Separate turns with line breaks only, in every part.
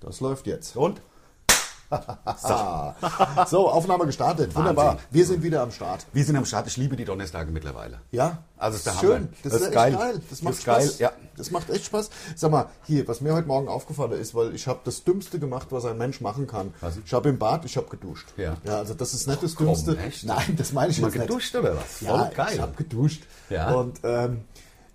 Das läuft jetzt.
Und?
so, Aufnahme gestartet. Wunderbar.
Wahnsinn.
Wir sind wieder am Start.
Wir sind am Start. Ich liebe die Donnerstage mittlerweile.
Ja?
Also ist der
schön.
Hammer.
Das, ist echt geil. Das macht
ist
Spaß.
Geil.
Das macht echt Spaß. Sag mal, hier, was mir heute Morgen aufgefallen ist, weil ich habe das Dümmste gemacht, was ein Mensch machen kann.
Was?
Ich habe im Bad, ich habe geduscht.
Ja.
also das ist nicht das Dümmste.
echt?
Nein, das meine ich
Ja. Mal
jetzt nicht.
geduscht oder was?
Ja,
Voll geil.
ich habe geduscht.
Ja.
Und ähm,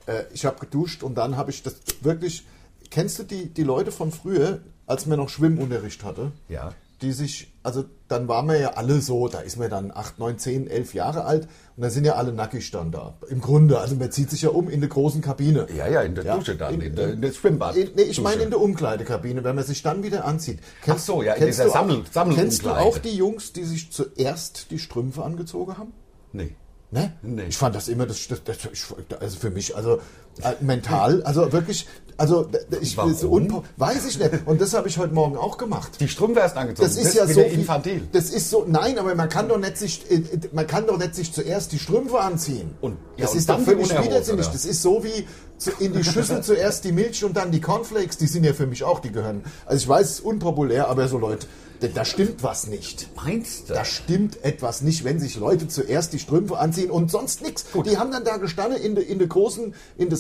äh, ich habe geduscht und dann habe ich das wirklich. Kennst du die, die Leute von früher, als man noch Schwimmunterricht hatte?
Ja.
Die sich, also dann waren wir ja alle so, da ist man dann 8, 9, 10, 11 Jahre alt und dann sind ja alle nackig dann da. Im Grunde, also man zieht sich ja um in der großen Kabine.
ja, ja, in der Dusche dann, in, der, in der Schwimmbad.
In, nee, ich meine
Dusche.
in der Umkleidekabine, wenn man sich dann wieder anzieht. Kennst-
so, ja, in
kennst
dieser
du auch-
Sammel- Sammelumkleide.
Kennst du auch die Jungs, die sich zuerst die Strümpfe angezogen haben?
Nee.
Ne?
Nee.
Ich fand das immer, das, das, das ich, also für mich, also äh, mental, also wirklich, also d- d- ich
Warum?
so unpo- weiß ich nicht. Und das habe ich heute Morgen auch gemacht.
Die Strümpfe erst angezogen.
Das ist ja so
wieder
viel-
infantil.
Das ist so, nein, aber man kann doch nicht sich, äh, äh, man kann doch nicht sich zuerst die Strümpfe anziehen.
Und- ja,
das
und
ist doch
dann die
völlig
Unterhose,
widersinnig.
oder?
Das ist so wie zu, in die Schüssel zuerst die Milch und dann die Cornflakes. Die sind ja für mich auch, die gehören. Also ich weiß, es ist unpopulär, aber so Leute, da, da stimmt was nicht.
Meinst du?
Da stimmt etwas nicht, wenn sich Leute zuerst die Strümpfe anziehen und sonst nichts. Die haben dann da gestanden in der in der großen, in der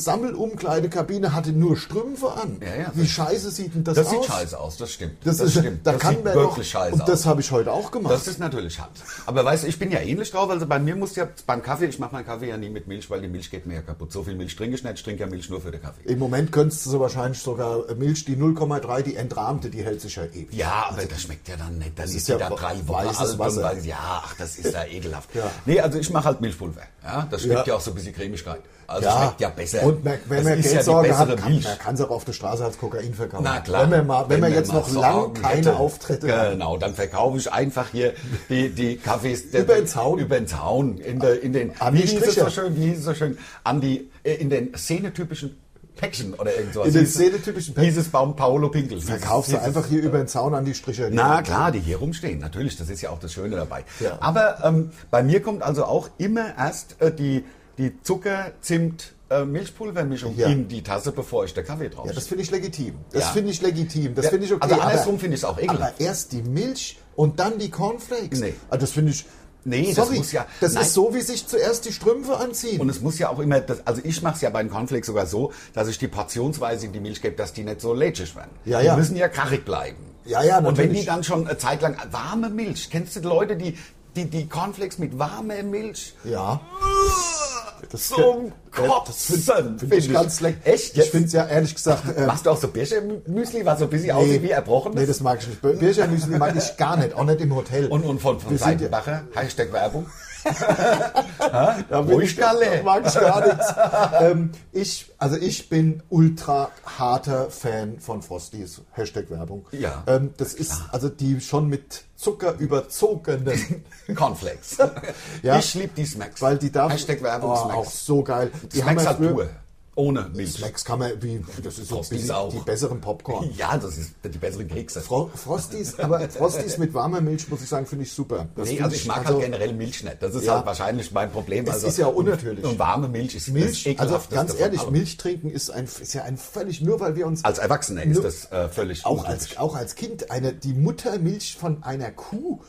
Sammelumkleidekabine, hatte nur Strümpfe an.
Ja, ja.
Wie scheiße sieht denn das,
das
aus?
sieht scheiße aus, das stimmt.
Das, ist,
stimmt.
Da
das
kann
sieht
man
wirklich
doch,
scheiße
Und
aus.
das habe ich heute auch gemacht.
Das ist natürlich hart. Aber weißt du, ich bin ja ähnlich drauf. Also bei mir muss ja beim Kaffee, ich mache meinen Kaffee ja nie mit Milch, weil die Milch geht mir ja kaputt. So viel Milch trinke ich nicht, ich trinke ja Milch nur für den Kaffee.
Im Moment könntest du so wahrscheinlich sogar äh, Milch, die 0,3, die entrahmte, die hält sich ja ewig.
Ja, aber das schmeckt ja dann nicht. Dann ist,
ist
ja
ja
da
wa-
drei Wochen
weißes
alt
Wasser.
und weiß, ja, ach, das ist ja ekelhaft.
Ja.
Nee, also ich mache halt Milchpulver. Ja, das schmeckt ja.
Ja.
auch so ein bisschen cremig rein. Also schmeckt ja besser.
Und man, wenn
das
man
ist ja die
Geldsorge
bessere
hat, kann,
Milch.
man kann es auch auf der Straße als Kokain verkaufen.
Na klar.
Wenn man, mal, wenn man
man
jetzt
mal
noch lang
Sorgen
keine
hätte.
Auftritte hat.
Genau, dann verkaufe ich einfach hier die, die Kaffees. der-
Über den Zaun.
Über den Zaun. In, der, in den,
An die
hieß es so
Striche.
schön, wie hieß es so schön? An die, äh, in den szenetypischen Päckchen oder irgend sowas.
In den
Hieß es-
szenetypischen Päckchen.
Hieß es Baum Paolo Pinkel.
Verkaufst du
Hieß es-
einfach hier über den Zaun an die Striche.
na klar, die hier rumstehen, natürlich, das ist ja auch das Schöne dabei.
Ja.
Aber ähm, bei mir kommt also auch immer erst äh, die, die Zucker-Zimt-Milchpulvermischung
Ja.
in die Tasse, bevor ich der Kaffee drauf
Ja, das finde ich legitim. Das
Ja.
finde ich legitim. Das
Ja,
finde ich okay.
also andersrum
aber-
finde ich es auch ekelhaft.
Aber erst die Milch und dann die Cornflakes.
Nee.
Also das finde ich.
Nee, das
sorry,
muss ja-
Das
nein.
ist so, wie sich zuerst die Strümpfe anziehen.
Und es muss ja auch immer, das, also ich mache es ja bei den Cornflakes sogar so, dass ich die portionsweise in die Milch gebe, dass die nicht so lätschig werden.
Ja,
die
ja.
müssen ja krachig bleiben.
Ja, ja,
Und wenn
natürlich.
die dann schon eine Zeit lang, warme Milch, kennst du die Leute, die, die, die Cornflakes mit warmer Milch?
ja.
Das
Äh,
zum
Das
Kotzen.
finde find ich ganz lecker.
Echt?
Ich
Jetzt?
finde es ja ehrlich gesagt. ähm,
Machst du auch so Birchermüsli, was so ein bisschen aussieht wie erbrochenes?
Nee, das mag ich nicht. Bir- Birchermüsli mag ich gar nicht, auch nicht im Hotel.
und, und von, von
Wir sind ja-
Seitenbacher, Hashtag Werbung.
Da bin
Ruhig,
ich,
Kalle.
da mag ich gar nichts. ähm, ich, also ich bin ultra harter Fan von Frosties. Hashtag Werbung.
Ja.
Ähm, das ist also die schon mit Zucker überzogenen,
Cornflakes.
Ja.
Ich liebe die Smacks.
weil die da
Hashtag Werbung
oh,
Smacks.
auch so geil. Die
Smacks
ja
halt
früher-
pur. Ohne Milch.
Smacks kann man wie das ist so
Frosties
billig,
auch.
die besseren Popcorn.
Ja, das ist die besseren Kekse.
Fro Frosties, aber Frosties mit warmer Milch muss ich sagen, finde ich super. Das
Nee,
finde
also ich mag
also-
halt generell Milch nicht. Das ist
Ja.
halt wahrscheinlich mein Problem.
Es
also,
ist ja auch unnatürlich.
Und warme Milch ist
Milch,
das
also
Ekelhafteste
ganz
von
ehrlich,
allem.
Milch trinken ist, ein, ist ja ein völlig, nur weil wir uns
Als Erwachsener ist
Nur-
das äh, völlig
auch
untypisch.
als, auch als Kind eine, die Muttermilch von einer Kuh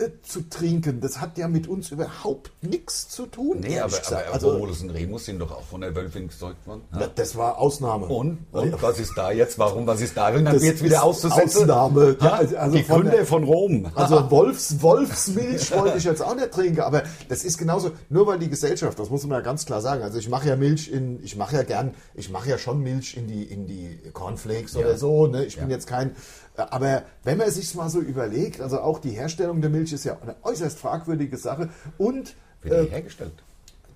äh, zu trinken, das hat ja mit uns überhaupt nichts zu tun.
Nee,
ehrlich
aber,
gesagt.
aber
also,
Romulus und Remus sind doch auch von der Wölfin gezeugt worden.
na, das war Ausnahme.
ne? Und, und was ist da jetzt? Warum? Was ist da? Dann
Das
jetzt wieder
ist
auszusetzen.
Ausnahme.
Ha?
Also- also
die
von
Gründe
der-
von Rom.
Also Wolfs, Wolfsmilch wollte ich jetzt auch nicht trinken, aber das ist genauso, nur weil die Gesellschaft, das muss man ja ganz klar sagen, also ich mache ja Milch in, ich mache ja gern, ich mache ja schon Milch in die, in die Cornflakes oder so, ne? ich bin jetzt kein, äh, aber wenn man sich mal so überlegt, also auch die Herstellung der Milch ist ja eine äußerst fragwürdige Sache und
Wird
äh,
die hergestellt?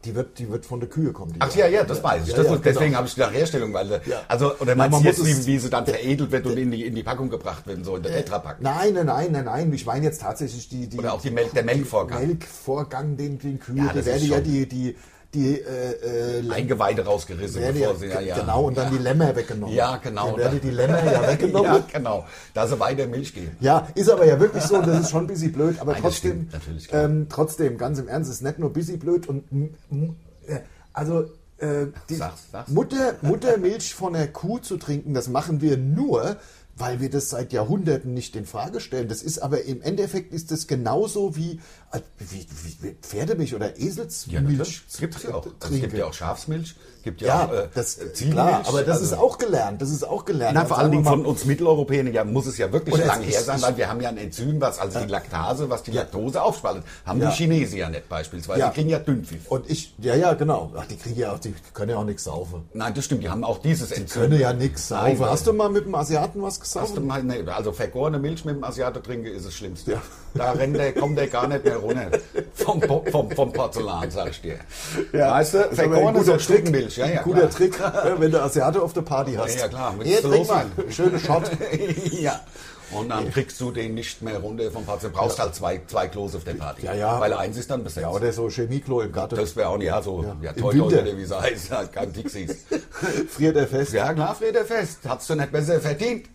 die, wird, die wird von der Kühe kommen. Die
Ach ja, ja, das weiß ich.
Ja,
Das
ja,
muss, deswegen
genau.
habe ich nach Herstellung, weil äh,
Ja.
also oder
Ja,
meinst
man
du jetzt,
muss es-
wie, wie sie dann veredelt wird und in die, in die Packung gebracht wird, so in der Tetrapack.
Nein, nein, nein, nein, nein. Ich meine jetzt tatsächlich die, die
Oder auch die Melk- der Melkvorgang.
Melkvorgang, den, den Kühe,
Ja, das
die werden
ist
ja
schon-
die, die, die äh, äh, Lämmer
Eingeweide rausgerissen,
werden ja,
bevor sie ja, ja
genau und dann die Lämmer weggenommen.
Ja, genau.
Dann werden die Lämmer ja weggenommen.
Ja,
ja.
genau. Da sie weiter Milch geben.
ist aber ja wirklich so und das ist schon ein bisschen blöd, aber
Nein, das
trotzdem,
stimmt, natürlich, klar.
ähm, trotzdem, ganz im Ernst, ist nicht nur ein bisschen blöd und m- m- äh, also äh, die
Sag's, sag's.
Mutter, Muttermilch von der Kuh zu trinken, das machen wir nur, weil wir das seit Jahrhunderten nicht in Frage stellen. Das ist aber im Endeffekt ist das genauso wie, äh, wie, wie Pferdemilch oder
Ja, natürlich.
Eselsmilch.
Es gibt ja auch. Also es
trinken.
gibt ja auch Schafsmilch, gibt ja,
Ja,
auch äh,
das,
Ziegenmilch.
klar, aber das
Also-
ist auch gelernt. Das ist auch gelernt.
Na,
Also
vor allen
sagen
Dingen
wir
von
mal-
uns Mitteleuropäern ja, muss es ja wirklich
Oder
schon
es
lange her
ist-
sein, weil wir haben ja ein Enzym, was also die Laktase, was die Laktose aufspaltet. Haben
Ja.
die Chinesen ja nicht beispielsweise.
Ja.
Die kriegen ja Dünnpfiff.
Und ich, ja, ja, genau. Ach, die kriegen ja auch, die können ja auch nichts saufen.
Nein, das stimmt, die haben auch dieses Enzym.
Können ja nichts
Nein,
saufen. Hast du mal mit dem Asiaten was gesaufen?
Hast du mal, nee, also vergorene Milch mit dem Asiate trinke ist das Schlimmste. Da rennt der, kommt der gar nicht mehr runter. Vom, Po- vom, vom Porzellan, sag ich dir.
Ja,
Weißt du,
das ist aber ein
vergorene
guter
so
Trick.
Stückenmilch. Ja, ja,
guter
klar.
Trick, ja, wenn du Asiate auf der Party hast.
Ja, ja, klar. Willst
Hier,
du
trink mal.
loswerden?
Schöne Shot.
ja. Und dann kriegst du den nicht mehr runter vom Platz. Du brauchst halt zwei, zwei Klos auf der Party.
Ja, ja.
Weil eins ist dann besetzt.
Ja, oder so Chemieklo im Garten.
das wäre auch nicht, ja, so, ja,
im
toll, toll,
Winter.
oder wie es heißt, halt kein Dixies.
friert er fest.
ja, klar, Friederfest, hast du nicht besser verdient.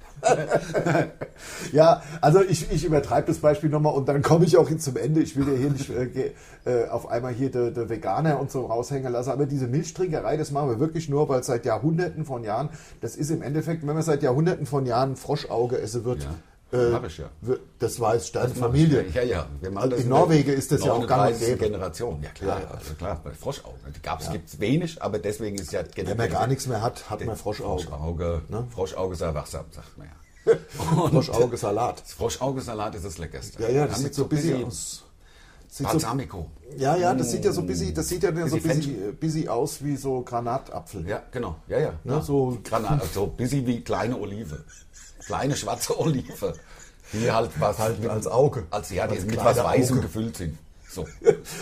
Ja, also ich, ich übertreibe das Beispiel nochmal und dann komme ich auch hin zum Ende. Ich will ja hier nicht äh, ge- äh, auf einmal hier der der Veganer und so raushängen lassen. Aber diese Milchtrinkerei, das machen wir wirklich nur, weil es seit Jahrhunderten von Jahren, das ist im Endeffekt, wenn man seit Jahrhunderten von Jahren Froschauge essen wird, äh,
Ja, hab ich ja.
wird- das weiß deine Familie.
Ja, ja. Wir machen
Also in
der
Norwegen ist das ja auch gang und
39.
gäbe.
Generation. Ja, klar,
Ja.
also klar, bei Froschaugen. Gab es gibt's wenig, aber deswegen ist ja
Wenn man gar nichts mehr hat, hat man Froschauge.
Froschauge,
Ne?
Froschauge sei wachsam, sagt man ja.
Froschauge Salat.
Das Froschaugensalat ist das leckerste.
Ja, ja, das
Damit
sieht so busy aus. Sieht so,
Balsamico.
ja, ja, das sieht ja so busy, das sieht ja so
Bisschen
busy, busy aus wie so Granatapfel.
Ja, genau. Ja, ja.
Ne,
ja.
so-
Granat, so busy wie kleine Olive. Kleine schwarze Olive. Die halt was.
Halt
mit,
als Auge.
Als, ja, die
Als
mit was
kleine
Weißem
Auge.
gefüllt sind. So.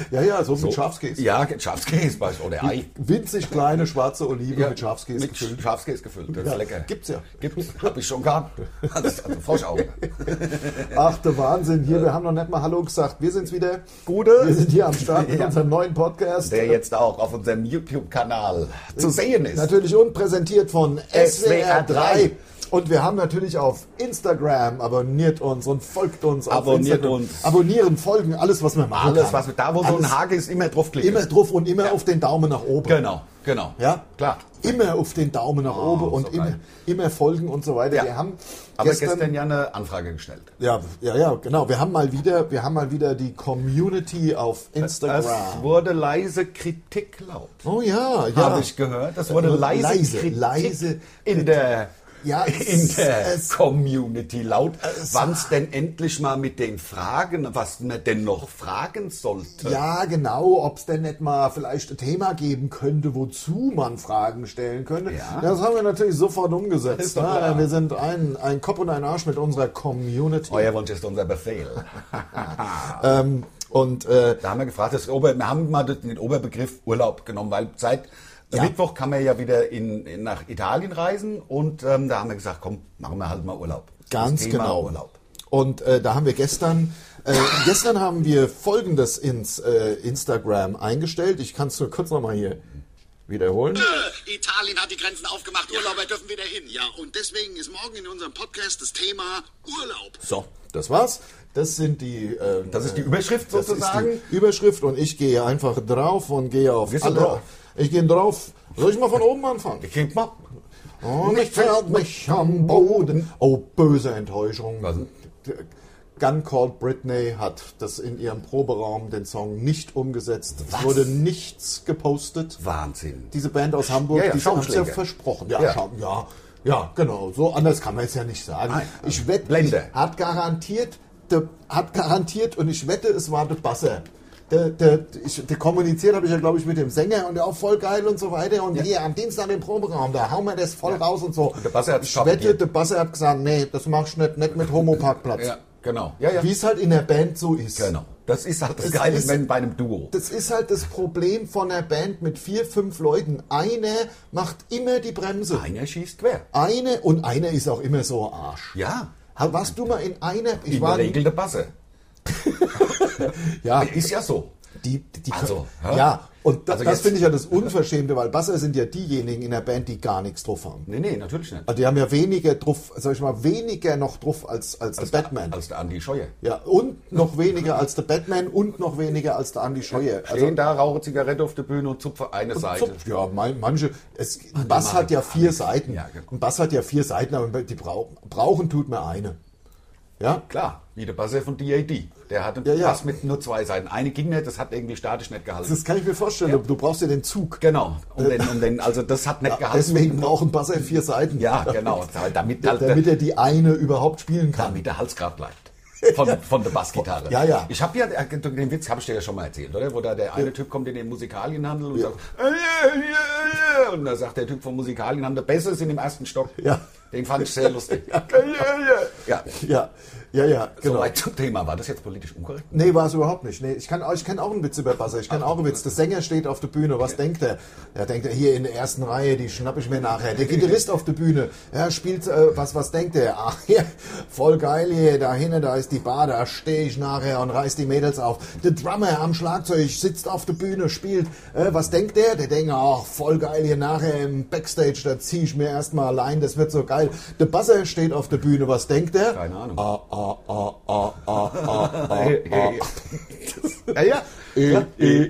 Ja, ja, so,
so.
mit Schafskäse.
Ja, Schafskäse beispielsweise. Oder Ei.
Winzig kleine schwarze Olive
Ja,
mit Schafskäse.
Mit
gefüllt.
Schafskäse gefüllt. Das ist
Ja,
lecker.
gibt's ja.
Gibt's. Hab ich schon gehabt. Also, also Froschauge.
Ach, der Wahnsinn. Hier, wir haben noch nicht mal Hallo gesagt. Wir sind's wieder. Gute. Wir sind hier am Start mit
Ja.
unserem neuen Podcast.
Der jetzt auch auf unserem YouTube-Kanal zu sehen ist.
Natürlich unpräsentiert von SWR3.
SWR3.
Und wir haben natürlich auf Instagram, abonniert uns und folgt uns auf
Abonniert
Instagram.
uns.
Abonnieren, folgen, alles, was wir machen.
Alles,
kann.
was wir, da wo so
Alles.
ein Hake ist, immer draufklicken.
Immer drauf und immer auf den Daumen nach oben.
Genau, genau.
Ja,
Klar. Ah,
Immer auf den Daumen nach oben und
so
immer,
geil.
immer folgen und so weiter.
Ja.
Wir haben
Aber gestern, ja eine Anfrage gestellt.
Ja, ja, ja, genau. Wir haben mal wieder, wir haben mal wieder die Community auf Instagram.
Es wurde leise Kritik laut.
Oh ja, ja.
Habe ich gehört. Es wurde leise,
Leise,
Kritik
leise
in der,
Ja, es-
in der
es-
Community laut. Wann es denn endlich mal mit den Fragen, was man denn noch fragen sollte?
Ja, genau, ob es denn nicht mal vielleicht ein Thema geben könnte, wozu man Fragen stellen könnte.
Ja.
Das haben wir natürlich sofort
Ist
umgesetzt.
doch
Ne?
klar.
Wir sind ein, ein Kopf und ein Arsch mit unserer Community.
Euer Oh, Wunsch ist unser Befehl.
Ähm, und äh,
Da haben wir gefragt, das Ober, wir haben mal den Oberbegriff Urlaub genommen, weil seit
Ja.
Mittwoch kann man ja wieder in, in, nach Italien reisen und ähm, da haben wir gesagt, komm, machen wir halt mal Urlaub.
Ganz
Das Thema
genau.
Urlaub.
Und äh, da haben wir gestern, äh, gestern haben wir Folgendes ins äh, Instagram eingestellt. Ich kann es nur kurz nochmal hier wiederholen.
Äh, Italien hat die Grenzen aufgemacht, Urlauber dürfen wieder hin. Ja, und deswegen ist morgen in unserem Podcast das Thema Urlaub.
So, das war's. Das sind die. Äh,
Das ist die Überschrift
das ist
sozusagen.
die Überschrift und ich gehe einfach drauf und gehe auf
Gehst du
alle.
drauf?
Ich gehe drauf. Soll ich mal von oben anfangen?
Kriegt man? Oh,
Und ich fällt mich am Boden. Oh, böse Enttäuschung.
Was denn?
Gun Called Britney hat das in ihrem Proberaum den Song nicht umgesetzt. Es wurde nichts gepostet.
Wahnsinn.
Diese Band aus Hamburg,
Ja, ja,
die haben es ja
Schaumschläger.
versprochen. Ja,
Ja.
ja. ja, ja, genau. So anders kann man es ja nicht sagen.
Nein. also
Ich wette,
Blende.
hat garantiert, de, hat garantiert und ich wette, es war der Basser. Der, der, ich, der kommuniziert habe ich ja, glaube ich, mit dem Sänger und der auch voll geil und so weiter. Und hier am Dienstag im Proberaum, da hauen wir das voll raus und so.
der Basser hat's
ich
sabotiert.
wette, der Basser hat gesagt, nee, das mach ich nicht, nicht mit Homoparkplatz.
Ja, genau. Ja, ja.
Wie es halt in der Band so ist.
Genau. Das ist halt das,
Das
Geile,
ist-
wenn bei einem Duo.
Das ist halt das Problem von einer Band mit vier, fünf Leuten. Einer macht immer die Bremse.
Einer schießt quer.
Eine und einer ist auch immer so ein Arsch.
Ja.
Ha, Warst du mal in einer? Ich
In
war
der Regel der Basse.
ja,
Ist ja so.
Die, die
Also,
können,
hä?
ja, und da,
Also
das
jetzt-
finde ich ja das Unverschämte, weil Basser sind ja diejenigen in der Band, die gar nichts drauf haben.
Nee, nee, natürlich nicht.
Also die haben ja weniger drauf, sag ich mal, weniger noch drauf als, als, der Batman.
Als der Andi Scheuer.
ja, und noch weniger als der Batman und noch weniger als der Andy Scheuer. Also,
Stehen da, rauche Zigarette auf der Bühne und zupfe eine Seite.
Zup- Ja, mein, manche. Es, ein Bass hat ja vier Seiten.
Ja, genau.
Ein Bass hat ja vier Seiten, aber die brauchen, brauchen tut mir eine. Ja?
Klar, wie der Basser von DAD. Der hatte
Ja, ja.
was mit nur zwei Seiten. Eine ging nicht, das hat irgendwie statisch nicht gehalten.
Das kann ich mir vorstellen. Du, du brauchst ja den Zug.
genau. Um den, um den, also das hat nicht gehalten.
Deswegen brauchen Basser vier Seiten.
ja, genau. Damit, halt
Damit er die eine überhaupt spielen kann.
damit der Hals gerade bleibt. Von, von der Bassgitarre.
Ja, ja.
Ich habe ja, äh, den Witz habe ich dir ja schon mal erzählt, oder? Wo da der eine Typ kommt in den Musikalienhandel und sagt, äh, äh, äh, äh. und da sagt der Typ vom Musikalienhandel, besser sind im ersten Stock.
Ja.
Den fand ich sehr lustig. Ja, ja.
Ja, ja, ja, genau.
Soweit zum Thema. War das jetzt politisch unkorrekt?
Nee, war es überhaupt nicht. Nee, ich kann, auch- ich kann auch einen Witz über Basser. Ich kann auch einen Witz. Der Sänger steht auf der Bühne. Was denkt er? Er denkt, hier in der ersten Reihe, die schnapp ich mir nachher. Der Gitarrist auf der Bühne, er spielt, äh, was, was denkt er? Ach, hier, voll geil hier, da hinten, da ist die Bar, da stehe ich nachher und reiß die Mädels auf. Der Drummer am Schlagzeug sitzt auf der Bühne, spielt. Äh, was denkt der? Der denkt, ach, voll geil hier nachher im Backstage, da ziehe ich mir erstmal allein, das wird so geil. Der Basser steht auf der Bühne. Was denkt er?
Keine Ahnung.
Ah, ah, ah, ah, ah, ah, ah.
ja, ja.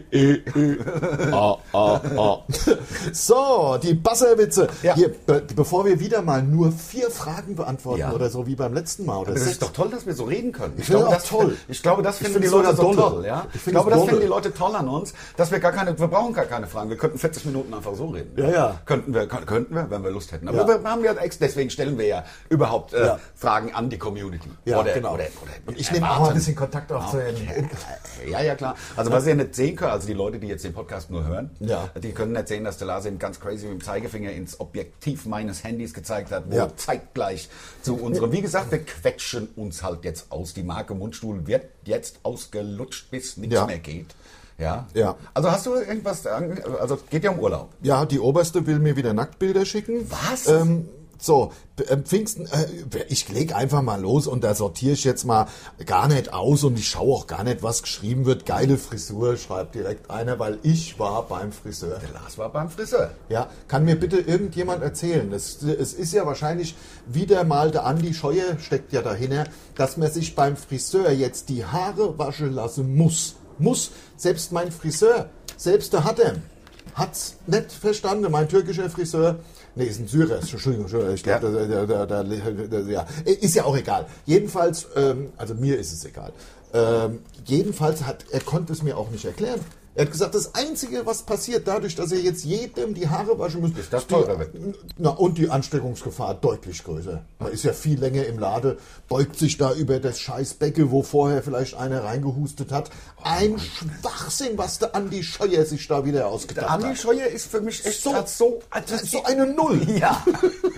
So, die Basserwitze.
Ja.
Hier, be bevor wir wieder mal nur vier Fragen beantworten
Ja.
oder so wie beim letzten Mal. Oder
Das
sechs.
ist doch toll, dass wir so reden können. Ich,
finde auch
das
toll.
Ich glaube, das
Ich
finden die
finde es
Leute so
sogar dolle.
toll. Ja?
Ich
Ich,
finde
glaube,
es
das
dolle.
finden die Leute toll an uns, dass wir gar keine, wir brauchen gar keine Fragen. Wir könnten 40 Minuten einfach so reden.
Ja, ja.
Könnten wir, kö- könnten wir, wenn wir Lust hätten. Aber
Ja.
wir haben ja ex, deswegen stellen wir ja überhaupt äh,
Ja.
Fragen an die Community.
Ja,
oder,
genau.
oder, oder
Und ich nehme auch mal ein
erwarten.
bisschen Kontakt auf zu den.
Ja, ja, klar. Also was ihr nicht sehen könnt, also die Leute, die jetzt den Podcast nur hören,
Ja.
die können nicht sehen, dass der Lars eben ganz crazy mit dem Zeigefinger ins Objektiv meines Handys gezeigt hat, wo
Ja.
zeitgleich zu unserem. Wie gesagt, wir quetschen uns halt jetzt aus. Die Marke Mundstuhl wird jetzt ausgelutscht, bis nichts
Ja.
mehr geht. Ja.
Ja.
Also hast du irgendwas, an- also geht ja um Urlaub.
Ja, die Oberste will mir wieder Nacktbilder schicken.
Was?
Ähm, so, b- ähm, Pfingsten, äh, ich leg einfach mal los und da sortiere ich jetzt mal gar nicht aus und ich schaue auch gar nicht, was geschrieben wird. Geile Frisur, schreibt direkt einer, weil ich war beim Friseur.
Der Lars war beim Friseur.
Ja, kann mir bitte irgendjemand erzählen? Es, es ist ja wahrscheinlich wieder mal der Andi Scheuer steckt ja dahinter, dass man sich beim Friseur jetzt die Haare waschen lassen muss. Muss. Selbst mein Friseur, selbst der Hatem, hat's nicht verstanden. Mein türkischer Friseur, nee, ist ein Syrer, ist- Entschuldigung, Entschuldigung, ich glaube, der, der, der, der, der, ja, ist ja auch egal. Jedenfalls, ähm, also mir ist es egal. Ähm, jedenfalls hat er konnte es mir auch nicht erklären. Er hat gesagt, das Einzige, was passiert, dadurch, dass er jetzt jedem die Haare waschen muss,
Ist das
die-
teurer wird.
Na, und die Ansteckungsgefahr deutlich größer. Man ist ja viel länger im Lade, beugt sich da über das scheiß Beckel, wo vorher vielleicht einer reingehustet hat. Ein Schwachsinn, was der Andi Scheuer sich da wieder ausgedacht
Der Andi
hat.
Scheuer ist für mich echt
So-
grad so,
Das ist so eine Null.
Ja.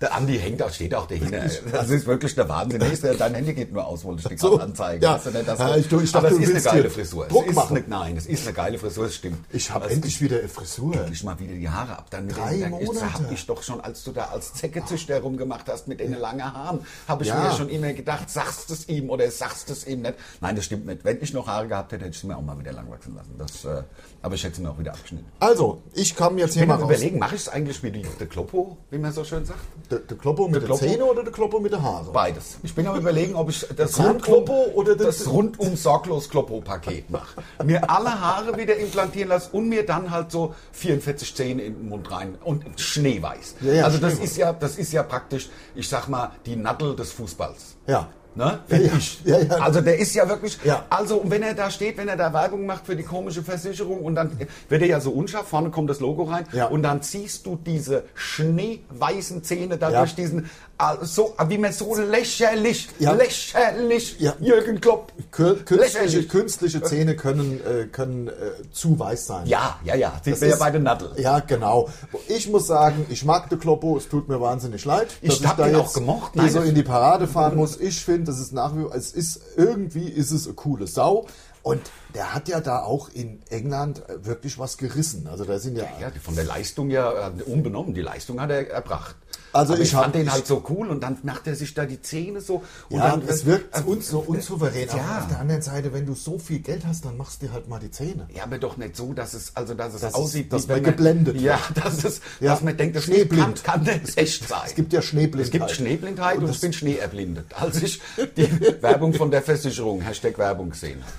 Der Andi hängt auch, steht auch dahinter. Das ist wirklich der Wahnsinn. Nee, ist der- Dein Handy geht nur aus, wollte ich dir
So,
gerade anzeigen.
ja.
Hast du nicht das-
Ja, ich- ich dachte,
Aber es
du
ist eine
willst
geile
hier
Frisur. Es
Druck
ist
machen.
Eine, nein, es ist eine geile Frisur, es stimmt.
Ich habe
Also,
endlich wieder eine Frisur.
endlich mal wieder die Haare ab. Dann mit
Drei
den- dann- jetzt
Monate.
hab ich doch schon, als du da als Zecketisch da rumgemacht hast mit den langen Haaren, habe ich
Ja.
mir schon immer gedacht, sagst es ihm oder sagst es ihm nicht. Nein, das stimmt nicht. Wenn ich noch Haare gehabt hätte, hätte ich sie mir auch mal wieder lang wachsen lassen. Das, äh, aber ich hätte sie mir auch wieder abgeschnitten.
Also, ich komme jetzt hier
Ich
mal
bin
raus.
am überlegen, mache ich es eigentlich wie die, der Kloppo, wie man so schön sagt?
Der, der Kloppo mit
Der
der
Kloppo?
Zähne oder der Kloppo mit der Haare?
Beides. Ich bin am überlegen, ob ich das
Zahnkloppo
rundum,
oder das-
das, rundum sorglos Kloppo-Paket mache. Mir alle Haare wieder implantieren lasse und mir dann halt so 44 Zähne in den Mund rein und schneeweiß.
Ja, ja,
also das
schneeweiß.
ist ja, das ist ja praktisch, ich sag mal, die Nattel des Fußballs.
Ja.
Ne?
Ja,
Find
ja.
ich.
Ja, ja.
Also der ist ja wirklich.
Ja.
Also und wenn er da steht, wenn er da Werbung macht für die komische Versicherung und dann wird er ja so unscharf, vorne kommt das Logo rein
Ja.
und dann ziehst du diese schneeweißen Zähne da
Ja.
durch diesen ah, so ah, wie man so lächerlich,
Ja.
lächerlich
Ja.
Jürgen Klopp.
Kün- Künstliche,
Lächerlich.
künstliche Zähne können, äh, können äh, zu weiß sein.
Ja, ja, ja. Sind
Das
wir ja
ist-
bei den Nadel.
Ja, genau. Ich muss sagen, ich mag de Kloppo, es tut mir wahnsinnig leid.
Ich hab den auch gemocht,
Nein,
nein,
so
das-
in die Parade fahren muss. Ich finde, das ist nach wie vor, es ist, irgendwie ist es eine coole Sau. Und der hat ja da auch in England äh, wirklich was gerissen. Also da sind ja,
Ja, von der Leistung ja äh, unbenommen. Die Leistung hat er erbracht.
Also
Aber
ich hab-
fand den
ich-
halt so cool und dann macht er sich da die Zähne so. Und
ja,
dann, äh,
es wirkt uns so unsouverän.
Ja.
Aber auf der anderen Seite, wenn du so viel Geld hast, dann machst du dir halt mal die Zähne.
Ja, aber doch nicht so, dass es, also, dass es
Dass es-
aussieht,
dass
wie
man
wenn man-
geblendet
Ja, dass es,
Ja.
dass man denkt, das
Schneeblind.
kann, kann nicht echt sein.
Es gibt ja halt. Schneeblindheit.
Es gibt Schneeblindheit und,
das-
ich bin schneeerblindet, als ich die Werbung von der Versicherung, Hashtag Werbung gesehen habe.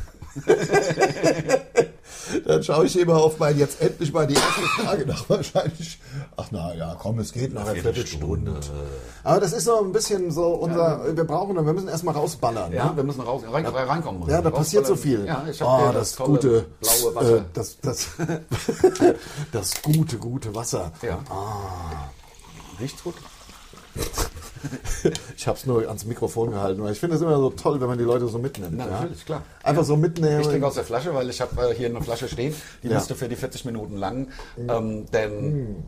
Dann schaue ich immer auf mein jetzt endlich mal die erste Frage nach wahrscheinlich. Ach na ja, komm, es geht nach einer Viertelstunde. Aber das ist so ein bisschen so unser, wir brauchen, wir müssen erstmal rausballern.
Ja,
ne?
wir müssen raus, rein, reinkommen.
Ja, da
Raus-
passiert so viel.
Ja, ich
Ah,
habe
das, gute,
blaue Wasser.
Äh, das, das, das gute, gute Wasser. Ah,
ja. Riecht's gut?
Ich habe es nur ans Mikrofon gehalten, weil ich finde es immer so toll, wenn man die Leute so mitnimmt.
Na,
ja?
natürlich, klar.
Einfach so mitnehmen.
Ich trinke aus der Flasche, weil ich habe äh, hier eine Flasche stehen. Die
Ja. Mm.
müsste für die 40 Minuten lang. Ähm, denn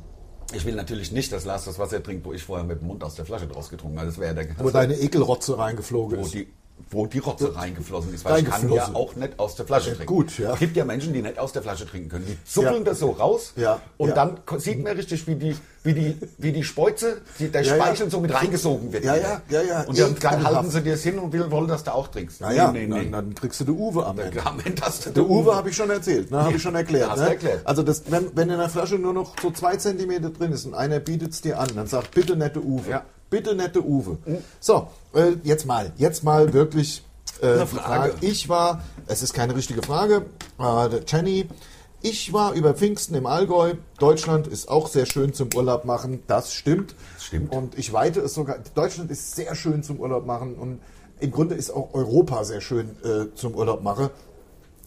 ich will natürlich nicht, dass Lars das Wasser trinkt, wo ich vorher mit dem Mund aus der Flasche draus getrunken habe. Das wäre der
wo deine Ekelrotze reingeflogen
wo
ist.
die, wo die Rotze reingeflossen ist. Weil ich kann ja
Reingeflossen.
auch nicht aus der Flasche trinken.
gut, ja.
Es gibt ja Menschen, die nicht aus der Flasche trinken können. Die zuppeln
Ja.
das so raus
Ja,
und
ja.
dann ko- sieht man richtig, wie die, wie die, wie die Speuze, die, der
Ja, ja.
Speichel so mit reingesogen wird.
Ja, ja, ja, ja.
Und dann, dann
Ekelhaft.
halten sie dir es hin und will- wollen, dass du auch trinkst.
Naja, Dann, dann kriegst du die Uwe am Ende.
Klar, wenn das
Der Uwe habe ich schon erzählt, ne? habe ich schon erklärt.
Hast
ne?
du erklärt.
Also das, wenn, wenn in der Flasche nur noch so zwei Zentimeter drin ist und einer bietet es dir an, dann sagt bitte nette Uwe,
Ja. Mhm.
bitte nette Uwe. So, äh, jetzt mal, jetzt mal wirklich äh,
Eine
die
Frage.
Ich war, es ist keine richtige Frage, äh, der Jenny. Ich war über Pfingsten im Allgäu. Deutschland ist auch sehr schön zum Urlaub machen. Das stimmt.
Das stimmt.
Und ich weite es sogar. Deutschland ist sehr schön zum Urlaub machen. Und im Grunde ist auch Europa sehr schön äh, zum Urlaub machen.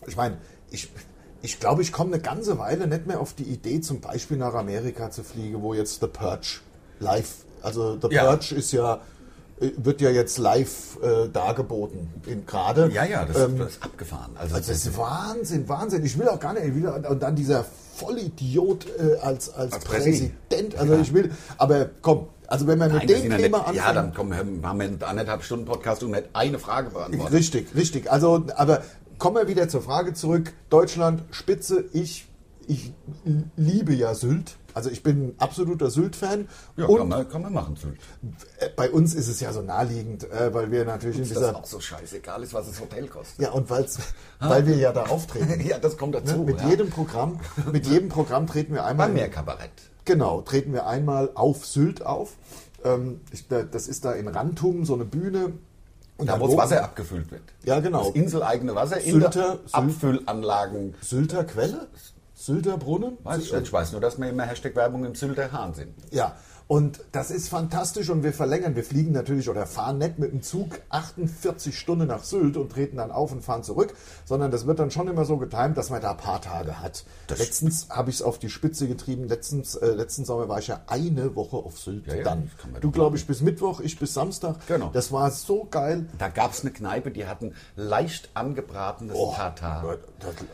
Ich meine, ich, ich glaube, ich komme eine ganze Weile nicht mehr auf die Idee, zum Beispiel nach Amerika zu fliegen, wo jetzt The Purge live, also The
Ja.
Purge ist ja, äh, wird ja jetzt live äh, dargeboten in gerade.
Ja, ja, das,
Ähm,
das ist abgefahren. Also,
also das ist Wahnsinn, Wahnsinn. Ich will auch gar nicht, ich will, und dann dieser Vollidiot äh, als, als,
Als Präsi.
Präsident, also ich will, aber komm, also wenn man
Nein,
mit
das sind
dem
ja
Thema
nicht,
anfängt.
ja, dann kommen, wir- haben wir einen anderthalb Stunden Podcast und nicht eine Frage beantwortet.
Richtig, richtig. Also, aber kommen wir wieder zur Frage zurück. Deutschland, Spitze, ich, ich liebe ja Sylt. Also ich bin ein absoluter Sylt-Fan.
Ja, kann
und
man, kann man machen. Sylt.
äh, bei uns ist es ja so naheliegend, äh, weil wir natürlich in
Ist das
dieser...
auch so scheißegal ist, was das Hotel kostet.
Ja, und weil's, weil wir ja da auftreten. Ne?
Ja, das kommt dazu.
mit,
ja.
jedem Programm, mit jedem Programm treten wir einmal...
Beim Meerkabarett.
Genau, treten wir einmal auf Sylt auf. Ähm, ich, da- das ist da in Rantum so eine Bühne. Und
Da,
dann
wo das
loben-
Wasser abgefüllt wird.
Ja, genau.
Das inseleigene Wasser in
Sylter-
der
Sylt-
Abfüllanlagen.
Sylter Quelle? Sylter Brunnen?
Weiß ich, nicht. ich weiß nur, dass wir immer Hashtag Werbung im Sylter Hahn sind.
Ja, und das ist fantastisch und wir verlängern. Wir fliegen natürlich oder fahren nicht mit dem Zug 48 Stunden nach Sylt und treten dann auf und fahren zurück, sondern das wird dann schon immer so getimt, dass man da ein paar Tage hat. letztens habe ich es auf die Spitze getrieben. Letztens, äh, letzten Sommer war ich ja eine Woche auf Sylt.
Ja, ja,
dann.
das kann man
Du,
doch
glaube ich, bis Mittwoch, ich bis Samstag.
Genau.
Das war so geil.
Da gab es eine Kneipe, die hatten leicht angebratenes Tatar.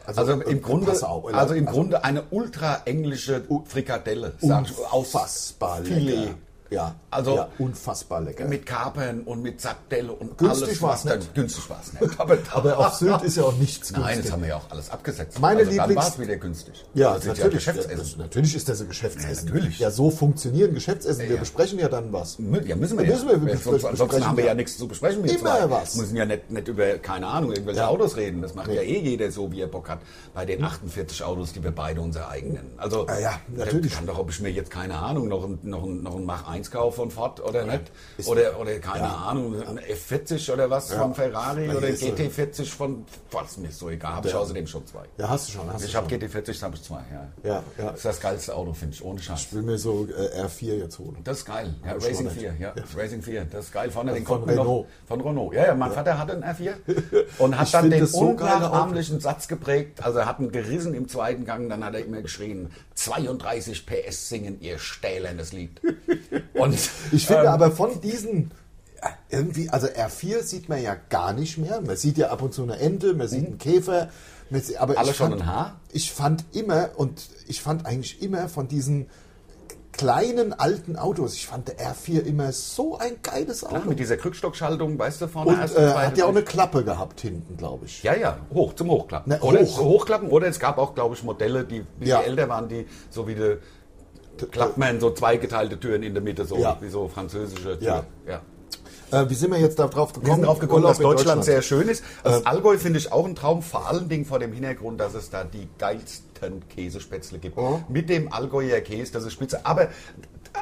das-
Also, im Grunde,
pass auf,
also im Grunde eine ultra englische Frikadelle, sag ich, aus
unfassbar
Filet.
lecker. Ja,
Also-
ja, unfassbar lecker.
Mit Kapern und mit Sattdelle und
Günstig
alles.
war's
was
nicht.
da- Günstig war es nicht. Aber,
Aber auf Sylt ist ja auch nichts
Nein,
günstig.
das haben wir ja auch alles abgesetzt. Also
Meine
Dann
Lieblings-
war es wieder günstig.
Ja,
das ist ja
natürlich.
Geschäftsessen.
natürlich ist das ein Geschäftsessen.
Ja, natürlich.
Ja, so funktionieren Geschäftsessen. Wir
ja.
besprechen ja dann was.
Mü- Ja, müssen wir
Ja,
ja.
müssen wir
Weil
besprechen,
sonst, ansonsten haben wir
ja.
ja nichts zu besprechen. wir
Immer
zwei.
was.
müssen ja nicht, nicht über, keine Ahnung, irgendwelche
Ja.
Autos reden. Das macht ja eh jeder so, wie er Bock hat. Bei den 48 Autos, die wir beide unser eigen nennen. Also,
Ah ja,
der
natürlich.
Kann doch, ob ich mir jetzt, keine Ahnung, noch ein, noch ein, noch ein Mach 1 kaufe von Ford oder nicht. Oder, oder keine Ahnung, ein F40 oder was von Ferrari
Ja,
oder
ist so.
GT40 von, was mir so egal. Habe ich außerdem schon zwei.
Ja, hast du schon. Hast
Ich
du
habe
schon.
GT40, habe ich zwei, ja.
Ja, ja.
Das ist das geilste Auto, finde ich, ohne Scheiß.
Ich will mir so äh, R4 jetzt holen.
Das ist geil. Ja,
ich
Racing
noch nicht.
4, ja. Racing 4, das ist geil. Vorne den
von
konnten wir
Renault.
Noch, von Renault. Ja, ja, mein Vater hatte einen R4 und hat
Ich
dann
find
den
das so geile Auto.
unnachahmlichen Satz geprägt. Also er hat ihn gerissen im zweiten Gang, dann hat er immer geschrien, 32 PS singen ihr stählernes Lied. Und
Ich finde aber von diesen äh, irgendwie, also R4 sieht man ja gar nicht mehr. Man sieht ja ab und zu eine Ente, man sieht einen Käfer. Man sieht, aber
Alle
ich
schon
fand,
ein Haar?
Ich fand immer und ich fand eigentlich immer von diesen kleinen alten Autos, ich fand der R4 immer so ein geiles
Klar,
Auto.
mit dieser Krückstockschaltung, weißt du, vorne
und
erste,
äh,
zweite,
hat ja auch eine
dritte.
Klappe gehabt hinten, glaube ich.
ja, ja, hoch, zum Hochklappen.
Ne,
oder
hoch.
zu Hochklappen, oder es gab auch, glaube ich, Modelle, die, die
Ja.
älter waren, die so wie die klappt man so zweigeteilte Türen in der Mitte, so
Ja.
wie so französische Tür.
Ja.
ja.
Äh, wie sind wir jetzt da drauf gekommen?
Wir sind drauf gekommen,
Urlaub
dass
in Äh,
Deutschland, sehr schön ist. Das Allgäu finde ich auch ein Traum, vor allen Dingen vor dem Hintergrund, dass es da die geilsten Käsespätzle gibt.
Oh.
Mit dem Allgäuer Käse, das ist spitze. Aber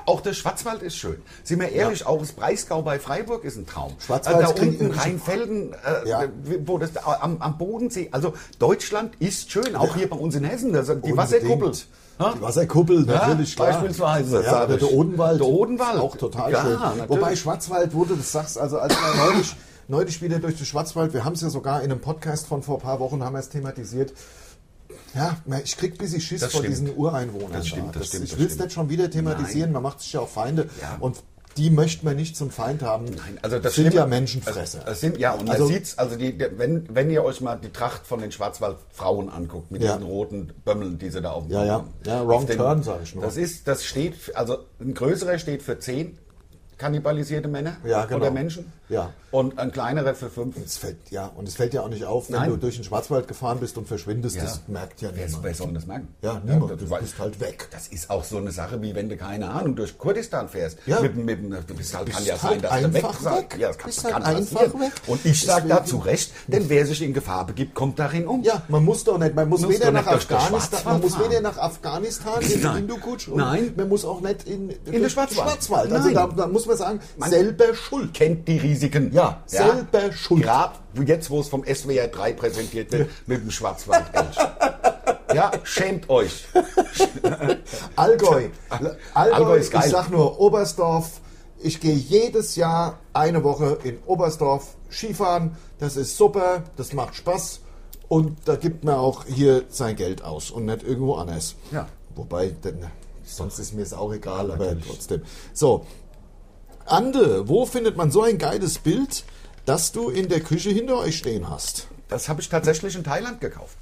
auch der Schwarzwald ist schön. Sind wir ehrlich, auch das Breisgau bei Freiburg ist ein Traum. Äh,
Schwarzwald
da
klingt
unten
irgendwie-
Rheinfelden, äh,
Ja.
wo das, am, am Bodensee. Also Deutschland ist schön, auch hier bei uns in Hessen. Das, die
Unbedingt.
Wasserkuppel. Ha?
Die Wasserkuppel,
Ja,
natürlich, klar.
beispielsweise,
Ja,
sag
oder
ich.
der Odenwald.
Der Odenwald.
Auch total
Ja,
schön.
natürlich.
Wobei Schwarzwald wurde, das sagst also, als wir neulich, neulich wieder durch den Schwarzwald, wir haben es ja sogar in einem Podcast von vor ein paar Wochen, haben wir es thematisiert. Ja, ich krieg ein bisschen Schiss
Das
vor
stimmt.
diesen Ureinwohnern.
Das stimmt,
da.
das stimmt,
ich
das
will es
stimmt.
nicht schon wieder thematisieren, man macht sich ja auch Feinde. Und die möchte man nicht zum Feind haben. Nein,
Also das
sind
Schlimme-
ja Menschenfresser.
Das sind ja und
Also-
man sieht's, also die, der- wenn wenn ihr euch mal die Tracht von den Schwarzwaldfrauen anguckt mit
Ja.
diesen roten Bömmeln, die sie da auf dem
Ja,
Bauch
ja.
haben.
Ja, wrong
Auf den-
turn, sag ich nur.
Das ist das steht für- also ein größerer steht für zehn kannibalisierte Männer
Ja, genau.
oder Menschen.
Ja.
Und ein kleinerer für fünf.
Es fällt, ja, und es fällt ja auch nicht auf, wenn
Nein.
du durch den Schwarzwald gefahren bist und verschwindest,
Ja.
das merkt ja
Wer,
niemand.
wer soll das merken?
Ja, niemand.
das-
Du
weil-
bist halt weg.
Das ist auch so eine Sache, wie wenn du, keine Ahnung, durch Kurdistan fährst.
Ja.
Mit, dem- mit, dem- du bist halt, kann
Bist
ja sein,
halt
dass du weg
einfach
sagst.
weg.
Ja, das kann,
Bist
das kann
halt einfach
passieren.
weg.
Und ich sage
Deswegen-
dazu recht, denn wer sich in Gefahr begibt, kommt darin um.
Ja, man muss doch nicht, man muss,
Muss
weder
doch
nach
nicht durch den
Afghanistan,
Schwarzwald
man muss
fahren.
weder nach Afghanistan in den
Nein.
Hindukutsch
Nein.
man muss auch nicht in, in
den Schwarzwald.
Also
Nein.
da, da muss man sagen, selber schuld.
kennt die Risiken.
Ja, selber schuld.
Grad jetzt, wo es vom SWR 3 präsentiert wird, mit dem Schwarzwald. ja, schämt euch.
Allgäu. Allgäu,
Allgäu ist geil.
Ich sag nur Oberstdorf. Ich gehe jedes Jahr eine Woche in Oberstdorf Skifahren. Das ist super, das macht Spaß. Und da gibt man auch hier sein Geld aus und nicht irgendwo anders.
Ja.
Wobei, denn, sonst ist mir es auch egal, aber trotzdem. So. Ande, wo findet man so ein geiles Bild, das du in der Küche hinter euch stehen hast?
Das habe ich tatsächlich in Thailand gekauft.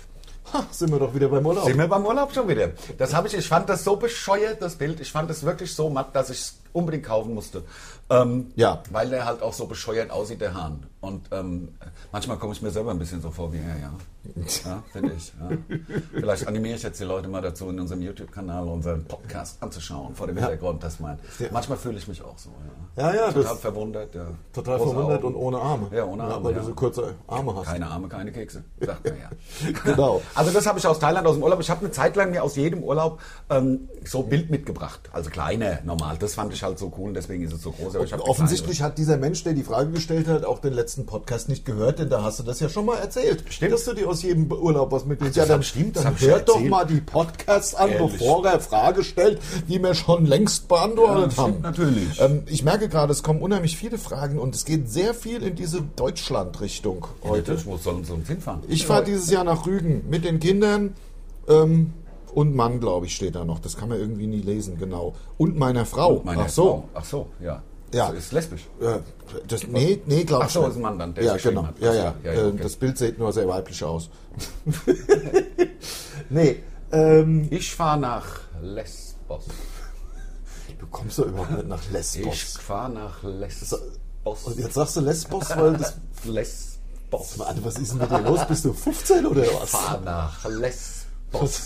Ha, sind wir doch wieder beim Urlaub.
Sind wir beim Urlaub schon wieder? Das habe ich, ich fand das so bescheuert, das Bild. Ich fand das wirklich so matt, dass ich es unbedingt kaufen musste. Ähm,
Ja.
Weil der halt auch so bescheuert aussieht, der Hahn. Und ähm, manchmal komme ich mir selber ein bisschen so vor wie er, ja. Ja, finde ich. Ja. Vielleicht animiere ich jetzt die Leute mal dazu, in unserem YouTube-Kanal unseren Podcast anzuschauen, vor dem Hintergrund, dass man. Manchmal fühle ich mich auch so.
Ja,
Ja,
ja,
Total
das-
verwundert, ja.
Total
Große
verwundert
Augen.
und ohne Arme.
Ja, ohne Arme.
weil
ja.
du so kurze Arme hast.
Keine Arme, keine Kekse, sagt man ja.
Genau.
Also das habe ich aus Thailand, aus dem Urlaub. Ich habe eine Zeit lang mir aus jedem Urlaub ähm, so Bild mitgebracht. Also kleine, normal. Das fand ich halt so cool und deswegen ist es so groß. Aber ich habe eine
Offensichtlich hat dieser Mensch, der die Frage gestellt hat, auch den letzten Podcast nicht gehört, denn da hast du das ja schon mal erzählt.
Stimmt.
Dass du dir aus jedem Urlaub was mitnimmst. Ja,
das
dann,
hab- stimmt, das
dann
hab ich
hört
schon
doch
erzählt.
mal die Podcasts an,
Ehrlich.
bevor er Frage stellt, die wir schon längst beantwortet
Ja,
haben.
stimmt natürlich.
Ähm, ich merke gerade, es kommen unheimlich viele Fragen und es geht sehr viel in diese Deutschland-Richtung
kleine.
heute.
Heute, wo sollen sie uns hinfahren?
Ich fahre dieses Jahr nach Rügen mit den Kindern ähm, und Mann, glaube ich, steht da noch. Das kann man irgendwie nie lesen, genau. Und meiner Frau.
Oh, Meine
Ach so.
Frau. Ach so, ja.
Ja.
So, ist lesbisch.
Äh, das, nee, nee, glaube
Ach
ich
so,
nicht.
ist ein Mann dann, der
ja,
es geschrieben
genau.
hat.
Ja,
Ach so,
ja.
ja, ja,
Ähm,
okay.
Das Bild sieht nur sehr weiblich aus. nee, ähm,
Ich fahre nach Lesbos.
du kommst doch überhaupt nicht nach
Ich
Lesbos.
fahre nach Lesbos.
Und jetzt sagst du Lesbos, weil das...
Lesbos.
Mann, was ist denn mit dir los? Bist du 15 oder was?
Fahr nach Lesbos.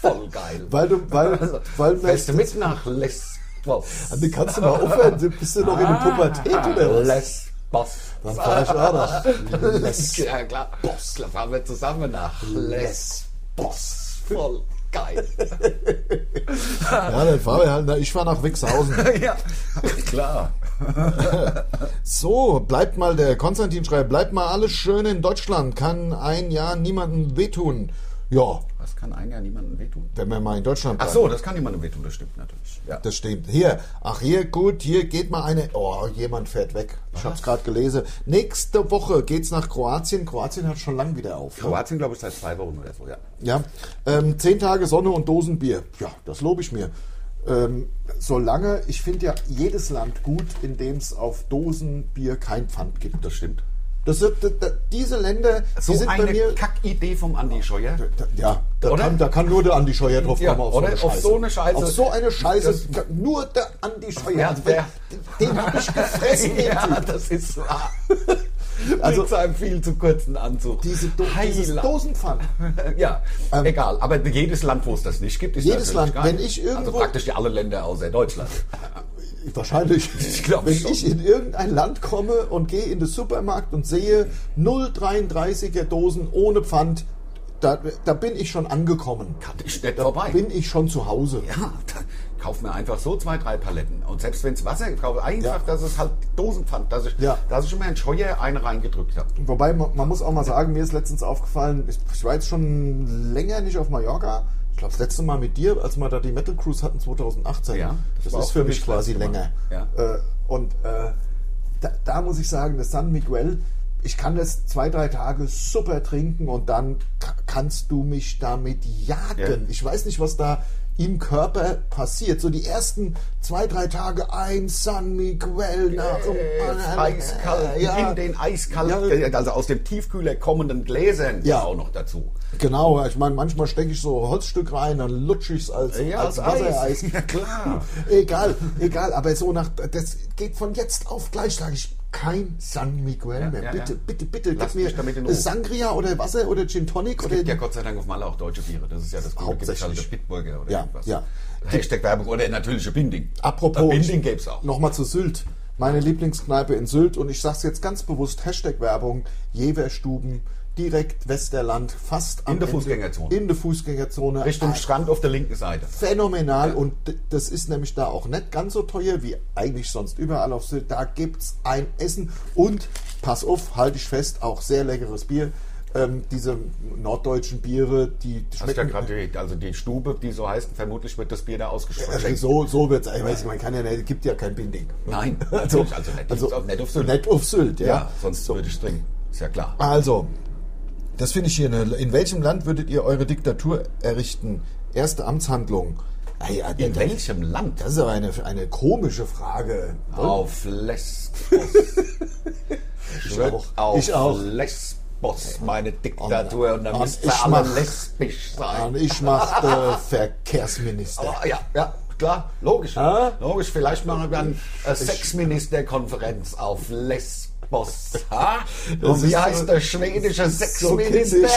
Voll geil. Also,
Weil du... Weil, weil
Fährst du mit nach Lesbos?
Nee, kannst du mal aufhören? Bist du noch in der
Ah.
Pubertät oder was?
Lesbos.
Dann fahr ich auch nach Lesbos.
Ja, klar. Boss, da fahren wir zusammen nach Lesbos. Voll geil.
Ja, dann fahren wir halt... Na, ich fahre nach Wixhausen.
ja, klar.
So, bleibt mal, der Konstantin schreibt, bleibt mal alles schön in Deutschland, kann ein Jahr niemandem wehtun. Ja,
Was kann ein Jahr niemandem wehtun?
wenn wir mal in Deutschland
Ach
bleiben.
so, das kann niemandem wehtun, das stimmt natürlich. Ja.
Das stimmt. Hier, ach hier, gut, hier geht mal eine. Oh, jemand fährt weg. Ich hab's gerade gelesen. Nächste Woche geht's nach Kroatien. Kroatien hat schon lang wieder auf. Ne?
Kroatien, glaube ich, seit zwei Wochen oder so, ja.
Ja. Ähm, zehn Tage Sonne und Dosenbier. Ja, das lobe ich mir. Ähm, solange, ich finde ja jedes Land gut, in dem es auf Dosenbier kein Pfand gibt.
Das stimmt.
Das sind, da- da- diese Länder,
So
die sind
eine
bei mir.
Kackidee vom Andi Scheuer.
Da- Ja, da
Oder?
kann, da kann nur der Andi Scheuer drauf
Ja,
kommen. Auf,
oder?
so eine
Auf so eine Scheiße.
Auf so eine Scheiße. kann nur der Andi Scheuer.
Ja,
Also,
der-
Den habe ich gefressen, den
ja,
Typ.
das ist wahr. also, mit seinem viel zu kurzen Anzug.
Diese Do dieses
Heiland.
Dosenpfannen.
Ja, egal. Aber jedes Land, wo es das nicht gibt, ist
Jedes Land.
natürlich geil.
Wenn ich irgendwo-
also praktisch ja alle Länder außer Deutschland.
Wahrscheinlich.
Ich glaub
Wenn
schon.
ich in irgendein Land komme und gehe in den Supermarkt und sehe 0,33er Dosen ohne Pfand, da, da bin ich schon angekommen.
Kann ich nicht
Da
vorbei.
bin ich schon zu Hause.
ja, da, kauf mir einfach so zwei, drei Paletten. Und selbst wenn es Wasser kaufe, einfach,
Ja.
dass es halt Dosenpfand, dass ich,
Ja.
dass ich immer einen Scheuer einen reingedrückt habe.
Wobei, man, man muss auch mal sagen, mir ist letztens aufgefallen, ich, ich war jetzt schon länger nicht auf Mallorca. Ich glaube, das letzte Mal mit dir, als wir da die Metal Cruise hatten, 2018.
Ja, das
das
war
ist
auch
für
für
mich
mich
quasi
das letzte
länger.
Mal.
Äh, und äh, da, da muss ich sagen, das San Miguel, ich kann das zwei, drei Tage super trinken und dann ka- kannst du mich damit jagen.
Ja.
Ich weiß nicht, was da im Körper passiert. So die ersten zwei, drei Tage ein San Miguel nach dem anderen.
eiskalt,
äh, Ja.
Äh, in den eiskalten,
Ja.
also aus dem Tiefkühler kommenden Gläsern
Ja.
ja. auch noch dazu.
Genau, ich meine, manchmal stecke ich so ein Holzstück rein, dann lutsche ich es als, als
das Eis.
Wassereis.
Ja, klar.
Egal, egal, aber so nach, das geht von jetzt auf gleich, sage ich, kein San Miguel mehr.
ja,
bitte,
ja.
bitte, bitte,
Lasst mich
gib
damit in
mir
Ruhe.
Sangria oder Wasser oder Gin Tonic
Es
oder.
gibt ja Gott sei Dank auf Malle auch deutsche Biere. Das ist ja das Gute. Gibt es
Hauptsächlich.
halt der Bitburger oder
Ja,
irgendwas.
ja.
Hashtag Werbung oder natürliche Binding. Äh,
Apropos,
Binding gäbe es auch.
Nochmal zu Sylt. Meine Lieblingskneipe in Sylt und ich sag's jetzt ganz bewusst, Hashtag Werbung, Jeverstuben, direkt Westerland, fast am Ende-
der Fußgängerzone.
In der Fußgängerzone.
Richtung
Ah,
Strand auf der linken Seite.
phänomenal und d- das ist nämlich da auch nicht ganz so teuer wie eigentlich sonst überall auf Sylt. Da gibt es ein Essen und, pass auf, halte ich fest, auch sehr leckeres Bier. Ähm, diese norddeutschen Biere, die
Hast ja
schmecken.
gerade die, also die Stube, die so heißt, vermutlich wird das Bier da
Also
ausgeschenkt.
so so wird es, weiß ich, man kann ja nicht, gibt ja kein Binding.
Nein,
Also,
natürlich. Also, nicht,
also
auf, nicht auf Sylt.
Nicht auf Sylt, ja.
ja, sonst würde ich trinken. Ist ja klar.
Also, das finde ich hier. Eine, in welchem Land würdet ihr eure Diktatur errichten? Erste Amtshandlung. Ah, ja,
In welchem Land?
Das ist aber eine, eine komische Frage.
Auf Lesbos. ich würd
auch.
Auf
Ich auch.
Lesbos, meine Diktatur. Und dann
Und
müsst ihr
ich
alle
mach-
lesbisch sein.
Und ich mache äh, Verkehrsminister.
Aber ja, ja, klar, logisch.
Ah?
Logisch, vielleicht machen wir dann eine Sexministerkonferenz auf Lesbos. Ha?
Das
Und
ist
wie heißt
so-
der schwedische Sexminister?
kindisch.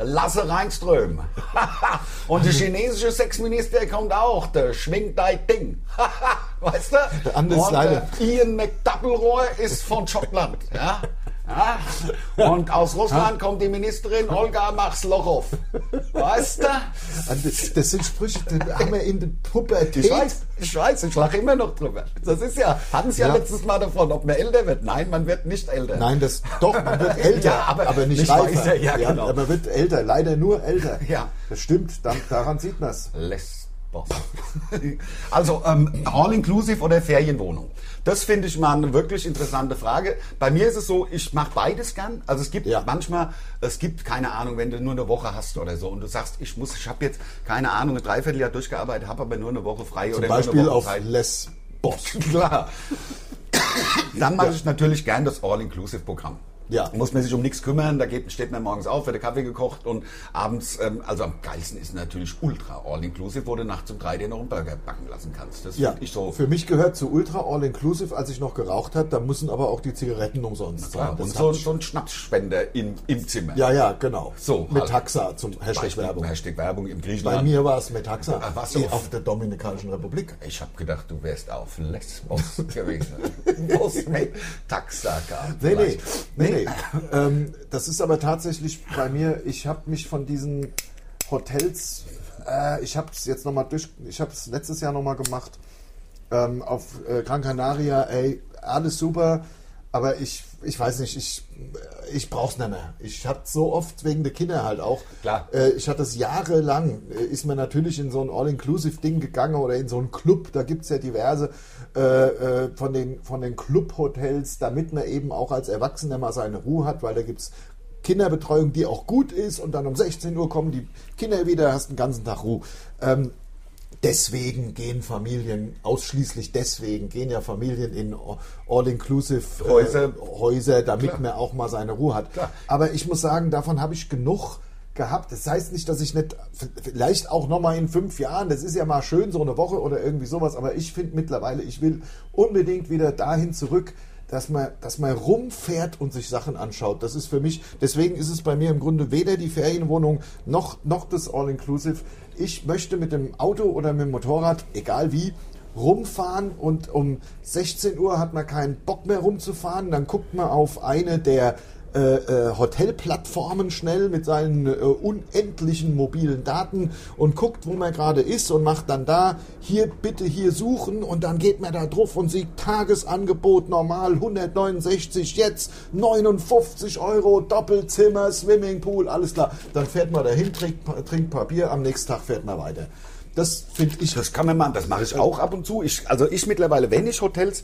Lasse Reinström. Und der chinesische Sexminister kommt auch, der Schwing Dai Ding. weißt du?
Der andere ist
Und,
leider-
äh, Ian McDoubleroy ist von Schottland. Ja? Ja? Und aus Russland kommt die Ministerin Olga Maxlochow. Weißt du?
Und Das, das sind Sprüche, die haben wir in der Pubertät.
Ich weiß, ich weiß, ich lache immer noch drüber. Das ist ja, hatten Sie ja,
Ja.
letztes Mal davon, ob man älter wird. Nein, man wird nicht älter.
Nein, das doch, man wird älter,
Ja,
aber,
aber
nicht,
nicht
reifer.
weiser, ja, genau.
aber man wird älter, leider nur älter.
Ja.
Das stimmt, dann, daran sieht man es.
Lesbos. also, ähm, All-Inclusive oder Ferienwohnung? Das finde ich mal eine wirklich interessante Frage. Bei mir ist es so, ich mache beides gern. Also es gibt
Ja.
manchmal, es gibt keine Ahnung, wenn du nur eine Woche hast oder so und du sagst, ich muss, ich habe jetzt keine Ahnung, ein Dreivierteljahr durchgearbeitet, habe aber nur eine Woche frei
Zum
oder nur
Beispiel
eine Woche
auf
frei.
Les.
Boss. Klar. Dann mache ich natürlich gern das All-Inclusive-Programm.
Ja.
Muss man sich um nichts kümmern, da geht, steht man morgens auf, wird der Kaffee gekocht und abends, ähm, also am geilsten ist natürlich Ultra All-Inclusive, wo du nachts um drei dir noch einen Burger backen lassen kannst. Das
Ja,
finde ich so.
für mich gehört zu Ultra All Inclusive, als ich noch geraucht habe, da müssen aber auch die Zigaretten umsonst
ja,
sein. Das
und
hat-
so, so ein Schnapsspender im, im Zimmer.
ja, ja, genau.
So,
mit
halt.
Taxa zum Hashtag
Beispiel,
Werbung.
Hashtag Werbung im Griechenland.
Bei mir war es mit Taxa
Ah, was so?
auf der Dominikanischen Republik.
Ich habe gedacht, du wärst auf Lesbos gewesen. Bos mit Taxaka.
Nee, nee,
vielleicht.
nee, nee. ähm, das ist aber tatsächlich bei mir, ich habe mich von diesen Hotels, äh, ich habe es jetzt nochmal durch, ich habe es letztes Jahr nochmal gemacht, ähm, auf äh, Gran Canaria, ey, alles super, aber ich, ich weiß nicht, ich, äh, ich brauch's nicht mehr. Ich hatte so oft wegen der Kinder halt auch.
Klar.
Äh, ich hatte es jahrelang, äh, ist mir natürlich in so ein All-Inclusive-Ding gegangen oder in so einen Club, da gibt's ja diverse äh, äh, von den, von den Club-Hotels, damit man eben auch als Erwachsener mal seine Ruhe hat, weil da gibt's Kinderbetreuung, die auch gut ist und dann um 16 Uhr kommen die Kinder wieder, hast den ganzen Tag Ruhe. Ähm, Deswegen gehen Familien, ausschließlich deswegen gehen ja Familien in All-Inclusive äh,
Häuser.
Häuser, damit
Klar.
man auch mal seine Ruhe hat.
Klar.
Aber ich muss sagen, davon habe ich genug gehabt. Das heißt nicht, dass ich nicht, vielleicht auch nochmal in fünf Jahren, das ist ja mal schön, so eine Woche oder irgendwie sowas, aber ich finde mittlerweile, ich will unbedingt wieder dahin zurück, dass man, dass man rumfährt und sich Sachen anschaut. Das ist für mich, deswegen ist es bei mir im Grunde weder die Ferienwohnung noch, noch das All-Inclusive. Ich möchte mit dem Auto oder mit dem Motorrad, egal wie, rumfahren und um 16 Uhr hat man keinen Bock mehr rumzufahren. Dann guckt man auf eine der äh, äh, Hotelplattformen schnell mit seinen äh, unendlichen mobilen Daten und guckt, wo man gerade ist und macht dann da hier bitte hier suchen und dann geht man da drauf und sieht Tagesangebot normal 169 jetzt 59 Euro Doppelzimmer Swimmingpool alles klar. Dann fährt man dahin, trinkt, trinkt Papier, am nächsten Tag fährt man weiter. Das finde ich
Das kann man machen, das mache ich auch ab und zu. Ich, also ich mittlerweile, wenn ich Hotels,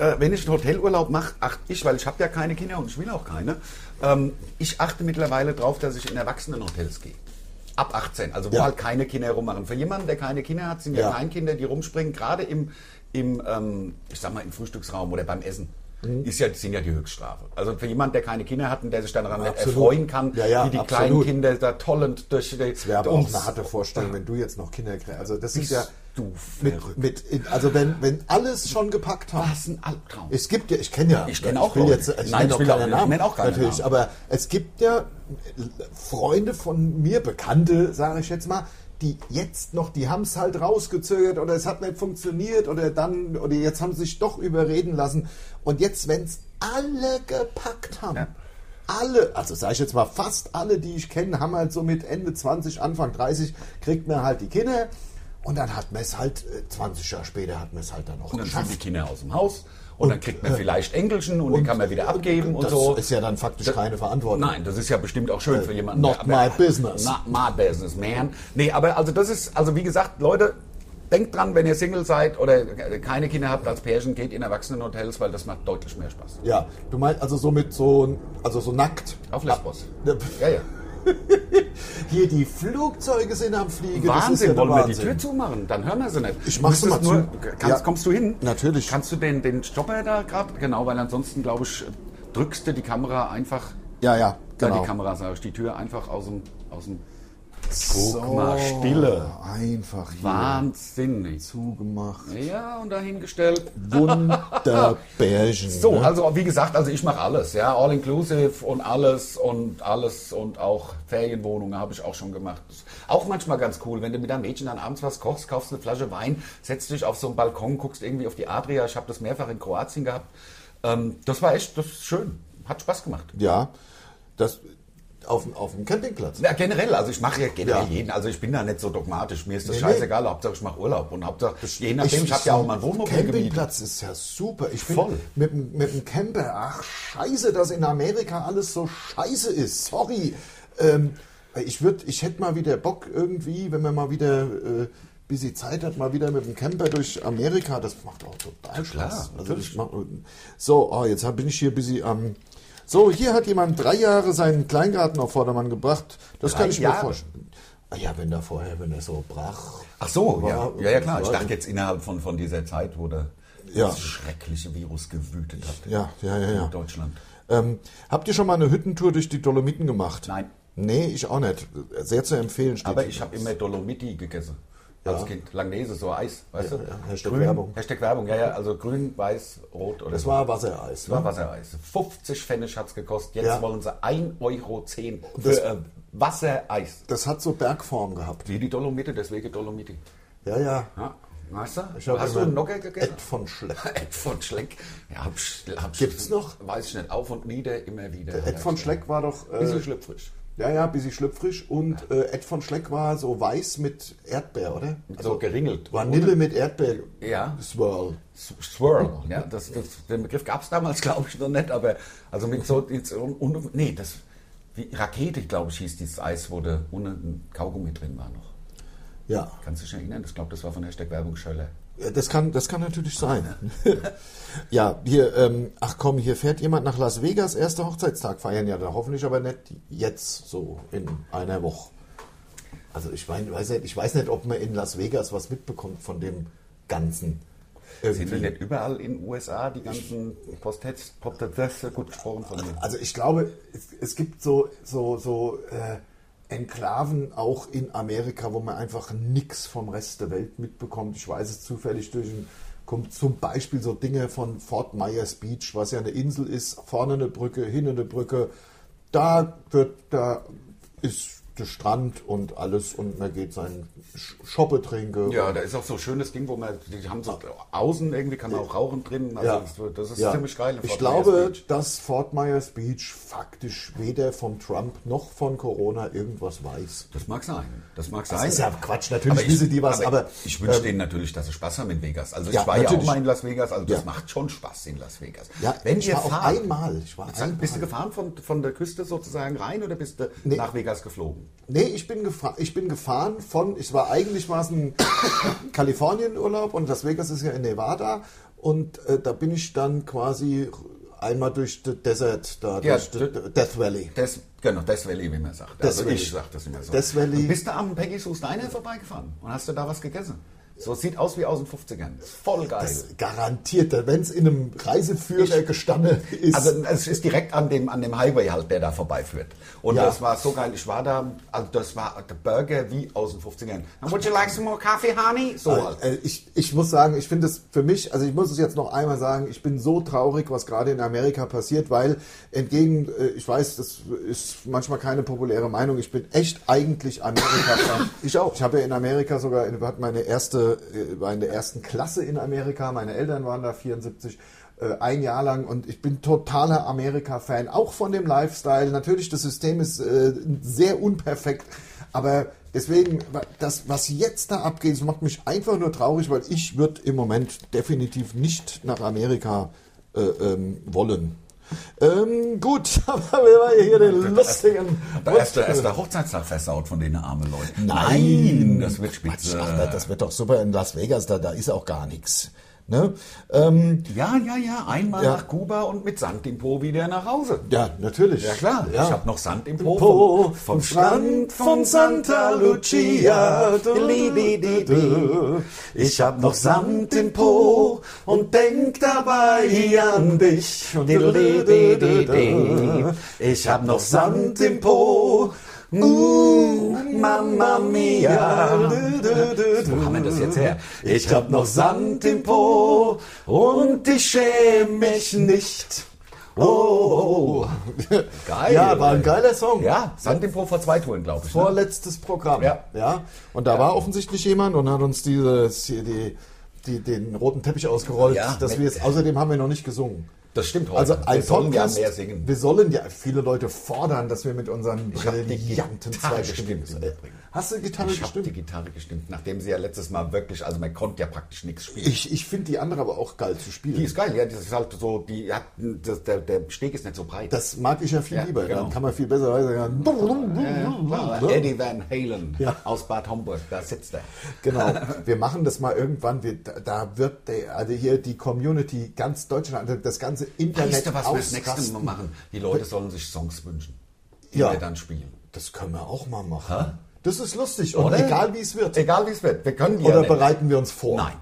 äh, wenn ich einen Hotelurlaub mache, achte ich, weil ich habe ja keine Kinder und ich will auch keine, ähm, ich achte mittlerweile drauf, dass ich in Erwachsenenhotels gehe. Ab 18, also wo
Ja.
halt keine Kinder rummachen. Für jemanden, der keine Kinder hat, sind ja,
Ja.
Kleinkinder, die rumspringen, gerade im, im ähm, ich sag mal, im Frühstücksraum oder beim Essen.
Mhm.
Ist ja, sind ja die Höchststrafe. Also für jemanden, der keine Kinder hat und der sich daran nicht
Absolut.
erfreuen kann,
Ja, ja,
wie die
absolut.
kleinen Kinder da tollend durch die...
Das wäre aber auch
uns-
eine harte Vorstellung, wenn du jetzt noch Kinder kriegst. Also das ist
Bist
ja
du
mit,
verrückt.
mit in- also wenn, wenn alles schon gepackt hat.
Was ein Albtraum.
Es gibt ja, ich kenne ja,
Ich kenn auch
will
Leute.
jetzt, ich nenne
Nein, ich
auch
will
keine
auch- ich
Namen,
nenn auch keine
natürlich,
Namen.
aber es gibt ja äh, Freunde von mir, Bekannte, sage ich jetzt mal, die jetzt noch, die haben es halt rausgezögert oder es hat nicht funktioniert oder dann, oder jetzt haben sie sich doch überreden lassen und jetzt, wenn es alle gepackt haben,
Ja.
alle, also sage ich jetzt mal, fast alle, die ich kenne, haben halt so mit Ende 20, Anfang 30, kriegt man halt die Kinder und dann hat man es halt, äh, 20 Jahre später hat man es halt dann auch
Und dann
geschafft.
sind die Kinder aus dem Haus und, dann kriegt man vielleicht Enkelchen und, die kann man wieder abgeben und
äh, das
so.
ist ja dann faktisch keine Verantwortung.
Nein, das ist ja bestimmt auch schön für jemanden.
not
der-
my business.
Not my business, man. Nee, aber also das ist, also wie gesagt, Leute, denkt dran, wenn ihr Single seid oder keine Kinder habt als Pärchen, geht in Erwachsenenhotels, weil das macht deutlich mehr Spaß.
Ja, du meinst also so mit so, also so nackt.
Auf Lesbos.
Ja,
Ja, ja.
Hier die Flugzeuge sind am Fliegen. das ist
Wahnsinn,
ja der
wollen wir die
Wahnsinn.
Tür zumachen? Dann hören wir sie nicht.
Ich mach sie
Müsstest
mal
nur-
zu.
Kannst,
Ja.
Kommst du hin?
Natürlich.
Kannst du den, den Stopper da gerade? Genau, weil ansonsten, glaube ich, drückst du die Kamera einfach
Ja, ja,
Ja,
genau.
die Kamera, sag ich, die Tür einfach aus dem. Aus dem
so,
Guck mal, Stille.
Einfach hier
Wahnsinn.
zugemacht.
Ja, und dahingestellt.
Wunderbärchen.
So,
ne?
also wie gesagt, also ich mache alles, ja, all inclusive und alles und alles und auch Ferienwohnungen habe ich auch schon gemacht. Ist Auch manchmal ganz cool, wenn du mit deinem Mädchen dann abends was kochst, kaufst eine Flasche Wein, setzt dich auf so einen Balkon, guckst irgendwie auf die Adria. Ich habe das mehrfach in Kroatien gehabt. Ähm, das war echt, das ist schön, hat Spaß gemacht.
Ja, das auf, auf dem Campingplatz.
Ja, generell, also ich mache ja generell
Ja.
jeden, also ich bin da nicht so dogmatisch, mir ist das
Nee,
scheißegal, Hauptsache ich mache Urlaub und Hauptsache, je nachdem, ich, habe ja auch mal ein Wohnmobil gemietet.
Campingplatz ist ja super. Ich bin
Voll.
Mit, dem- mit dem Camper, ach scheiße, dass in Amerika alles so scheiße ist. Sorry. Ähm, ich würde, ich hätte mal wieder Bock irgendwie, wenn man mal wieder äh, busy Zeit hat, mal wieder mit dem Camper durch Amerika. Das macht auch total
klar,
Spaß. Also
natürlich.
ich mach, so, oh, jetzt hab- bin ich hier busy am... so, hier hat jemand drei Jahre seinen Kleingarten auf Vordermann gebracht. Das
Drei
kann ich mir
Jahre?
vorstellen. Ah Ja, wenn da vorher, wenn er so brach.
Ach so, ja,
War-
ja, ja klar, ich
war-
dachte jetzt innerhalb von, von dieser Zeit, wo der
Ja.
das schreckliche Virus gewütet hat
Ja, ja, ja, ja.
in Deutschland.
Ähm, habt ihr schon mal eine Hüttentour durch die Dolomiten gemacht?
Nein.
Nee, ich auch nicht. Sehr zu empfehlen steht
Aber
hier.
ich habe immer Dolomiti gegessen. Als Kind, Langnese, so Eis, weißt du?
ja, Hashtag
grün,
Werbung.
Hashtag Werbung, ja, ja, also grün, weiß, rot oder
Das
so.
war Wassereis.
Das war
Ne?
Wassereis. 50 Pfennig hat es gekostet, jetzt
Ja.
wollen sie 1,10 Euro für
Das-
äh, Wassereis.
Das hat so Bergform gehabt.
Wie die Dolomite, deswegen Dolomiti.
Ja, ja.
Ja, weißt du?
Ich hab
Hast du
immer
einen Nocker gegessen?
Ed von Schleck.
Ed von Schleck. Ja, hab, ich- hab, ich-
Gibt's noch?
Weiß ich nicht. Auf und nieder, immer wieder.
Ed von Schleck war doch. Äh,
Bisschen schlüpfrig.
ja, ja, bisschen schlüpfrig. Und äh, Ed von Schleck war so weiß mit Erdbeer, oder? Also
So geringelt.
Vanille mit Erdbeer.
Ja.
Swirl.
S- Swirl. Ja, das, das, den Begriff gab es damals, glaube ich, noch nicht. Aber also mit so... Jetzt, un, un, nee, das... Wie Rakete, glaube ich, hieß dieses Eis, wo der ohne ein Kaugummi drin war noch.
Ja.
Kannst du dich erinnern? Ich glaube, das war von Hashtag Werbung Schöller.
Ja, Das kann, das kann natürlich sein. ja, hier, ähm, ach komm, hier fährt jemand nach Las Vegas, erster Hochzeitstag feiern ja da hoffentlich, aber nicht jetzt, so in einer Woche. Also ich, mein, weiß nicht, ich weiß nicht, ob man in Las Vegas was mitbekommt von dem Ganzen.
Sind denn
Irgendwie.
nicht überall in den USA die ganzen Postheads, Poptetzes, gut gesprochen von mir.
Also ich glaube, es, es gibt so, so, so äh, Enklaven auch in Amerika, wo man einfach nichts vom Rest der Welt mitbekommt. Ich weiß es zufällig durch einen kommt zum Beispiel so Dinge von Fort Myers Beach, was ja eine Insel ist, vorne eine Brücke, hinten eine Brücke. Da wird, da ist der Strand und alles und man geht seinen Sch- Schoppe trinken.
Ja,
und
da ist auch so ein schönes Ding, wo man, die haben so außen irgendwie, kann man auch rauchen drin. Also das, wird- das ist
Ja.
ziemlich geil. in
Ich
Fort
glaube,
Myers Beach.
dass Fort Myers Beach faktisch weder von Trump noch von Corona irgendwas weiß.
Das mag sein. Das mag sein.
Das ist ja Quatsch, natürlich wissen die was, aber, ähm,
ich wünsche denen natürlich, dass sie Spaß haben in Vegas. Also ich
ja,
war ja auch
natürlich.
mal in Las Vegas, also das
Ja.
macht schon Spaß in Las Vegas.
Ja,
Wenn
ich
ihr
war auch
fahrt, Also
einmal, ich war
Sag, Bist du
einmal.
gefahren von, von der Küste sozusagen rein oder bist du
Nee.
nach Vegas geflogen?
Nee, ich bin, gefa ich bin gefahren von, ich war eigentlich war es ein Kalifornienurlaub und Las Vegas ist ja in Nevada und äh, da bin ich dann quasi einmal durch den Desert, da
Ja,
durch
d-
den Death Valley.
Das, genau, das Valley, wie man sagt.
Das
also
Valley.
ich sag das immer so.
Das Valley.
Und bist du am Peggy's Who's Diner vorbeigefahren und hast du da was gegessen? So sieht aus wie aus den 50ern. Voll geil.
Das garantiert, wenn es in einem Reiseführer gestanden ist.
Also es ist direkt an dem, an dem Highway halt, der da vorbeiführt. Und
Ja.
das war so geil. Ich war da, also das war der Burger wie aus den 50ern. Would you like some more coffee, honey? So halt.
Äh, ich, ich muss sagen, ich finde es für mich, also ich muss es jetzt noch einmal sagen, ich bin so traurig, was gerade in Amerika passiert, weil entgegen, äh, ich weiß, das ist manchmal keine populäre Meinung, ich bin echt eigentlich Amerika-Fan. ich auch. Ich habe ja in Amerika sogar, in- hat meine erste, äh, war in der ersten Klasse in Amerika, meine Eltern waren da 74 äh, ein Jahr lang und ich bin totaler Amerika-Fan, auch von dem Lifestyle. Natürlich, das System ist äh, sehr unperfekt, aber deswegen, wa- das, was jetzt da abgeht, das macht mich einfach nur traurig, weil ich würde im Moment definitiv nicht nach Amerika äh, ähm, wollen. Ähm, gut, aber wir waren hier den lustigen...
Da ist der, ist der Hochzeitstag versaut von den armen Leuten.
Nein.
das wird
Quatsch,
spitze.
ach, das- das wird doch super in Las Vegas, da, da ist auch gar nichts. Ne? Ähm,
Ja, ja, ja. Einmal
Ja.
nach Kuba und mit Sand im Po wieder nach Hause.
ja, natürlich.
Ja klar,
Ja.
ich habe noch Sand im Po,
Po
vom, vom
vom
Strand von Santa Lucia. Di-di-di-di. Ich hab noch Sand im Po und denk dabei an dich. Di-di-di-di-di. Ich hab noch Sand im Po. Uh, Mamma mia. Wo haben wir das jetzt her? Ich hab noch Sand im Po und ich schäme mich nicht. Oh, geil.
Ja, war ein geiler Song.
Ja, Sand im Po vor zwei Touren, glaube ich. Ne?
Vorletztes Programm.
Ja.
ja. Und da war offensichtlich jemand und hat uns dieses, hier die, die, den roten Teppich ausgerollt,
Ja,
dass
mit-
wir jetzt, außerdem haben wir noch nicht gesungen.
Das stimmt heute.
Also ein
wir sollen ja
Podcast,
mehr singen.
wir sollen ja, viele Leute fordern, dass wir mit unseren
hab die
brillanten
Gitarre
zwei Stimmen
gestimmt
sind.
im Übrigen.
Hast du Gitarre
Ich habe
gestimmt?
die Gitarre gestimmt, nachdem sie ja letztes Mal wirklich, also man konnte ja praktisch nichts spielen.
Ich, ich finde die andere aber auch geil zu spielen.
die ist geil, ja, das ist halt so, die hat, das, der, der Steg ist nicht so breit.
das mag ich ja viel
Ja,
lieber.
genau. Äh,
Dann kann man viel besser weiter.
Klar, Ah, Eddie Van Halen
ne? Ja.
aus Bad Homburg, da sitzt er.
Genau. Wir machen das mal irgendwann. Wir, da, da wird der, also hier die Community ganz Deutschland, also das ganze Internet
Weißt du, was wir das nächste
ausrasten.
Mal machen? Die Leute sollen sich Songs wünschen, die
Ja.
wir dann spielen.
Das können wir auch mal machen. Das ist lustig und
Oder?
egal wie es wird.
Egal wie es wird, wir können die ja
Oder
nicht.
bereiten wir uns vor?
Nein.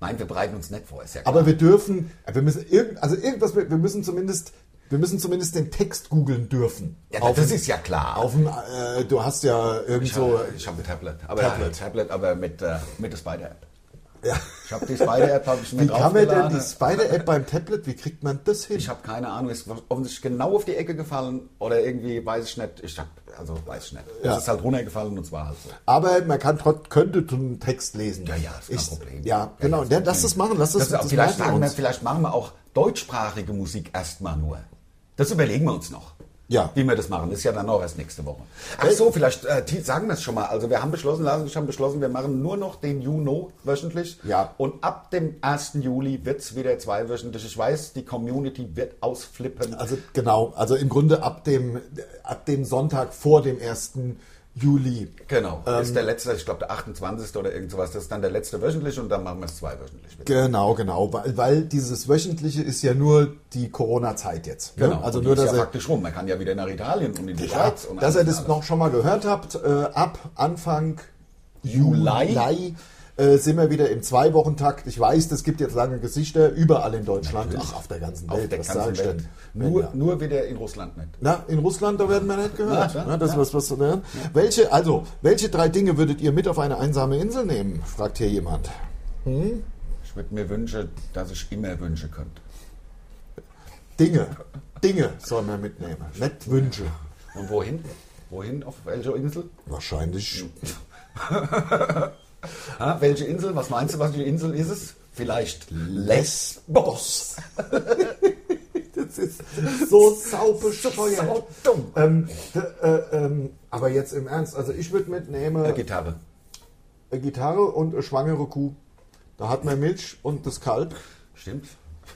Nein, wir bereiten uns nicht vor, ist ja klar.
Aber wir dürfen, wir müssen irgend, also irgendwas, wir wir müssen zumindest, wir müssen zumindest den Text googeln dürfen.
ja,
Auf
das
dem-
ist ja klar.
Auf dem, äh, du hast ja irgend
Ich hab-
so,
ich habe ein Tablet. Aber
Tablet.
Tablet, Tablet aber mit, äh, mit der Spider-App.
ja.
Ich habe die Spider-App, habe ich mir
Wie kann man denn
draufgeladen.
die Spider-App beim Tablet, wie kriegt man das hin?
ich habe keine Ahnung, ist offensichtlich genau auf die Ecke gefallen oder irgendwie, weiß ich nicht. Ich hab, also weiß ich nicht.
Ja.
Es ist halt runtergefallen und zwar halt so.
Aber man kann trot, könnte den Text lesen.
Ja, ja, ist kein
Ich-
Problem.
Ja, genau. Ja, lass das machen, lass das,
Das ist auch,
das
vielleicht,
merken
machen
wir
wir,
uns.
vielleicht machen wir auch deutschsprachige Musik erstmal nur. Das überlegen wir uns noch.
Ja.
Wie wir das machen, Das ist ja dann auch erst nächste Woche. Ach so, vielleicht äh, die- sagen wir es schon mal. Also wir haben beschlossen, Lars und ich haben beschlossen, wir machen nur noch den Juno wöchentlich.
Ja.
Und ab dem 1. Juli wird es wieder zweiwöchentlich. Ich weiß, die Community wird ausflippen.
Also genau, also im Grunde ab dem, ab dem Sonntag vor dem 1. Juli.
Genau,
Ähm,
ist der letzte, ich glaube der 28. oder irgend sowas. Das ist dann der letzte wöchentlich und dann machen wir es zweiwöchentlich. wieder.
Genau, genau, weil, weil dieses wöchentliche ist ja nur die Corona-Zeit jetzt. ne?
Genau,
Also
und die
nur,
ist
dass
ja
er,
praktisch rum. Man kann ja wieder nach Italien und in die
ja,
Schweiz. Und
dass ihr
alles
das
und
noch schon mal gehört habt, äh, ab Anfang
Juli.
Juli äh, sind wir wieder im Zwei-Wochen-Takt. Ich weiß, das gibt jetzt lange Gesichter überall in Deutschland, ach, auf der ganzen Welt.
auf der
was
ganzen
sag ich
Welt.
denn?
Nur,
Ja.
nur wieder in Russland nicht.
Na, in Russland, da werden wir nicht gehört.
Na,
Na, das ist was, was ne? Welche, also, welche drei Dinge würdet ihr mit auf eine einsame Insel nehmen? fragt hier jemand.
Ich würde mir wünschen, dass ich immer wünschen könnte.
Dinge. Dinge soll man mitnehmen. Nicht Wünsche.
Und wohin? Wohin? Auf welche Insel?
Wahrscheinlich.
Ha, welche Insel? Was meinst du, was für eine Insel ist es? Vielleicht Lesbos.
Das ist so saubescheuert.
So dumm.
Ähm, d- äh, ähm, aber jetzt im Ernst, also ich würde mitnehmen
Äh, Gitarre.
eine Gitarre und eine schwangere Kuh. Da hat man Milch und das Kalb.
Stimmt.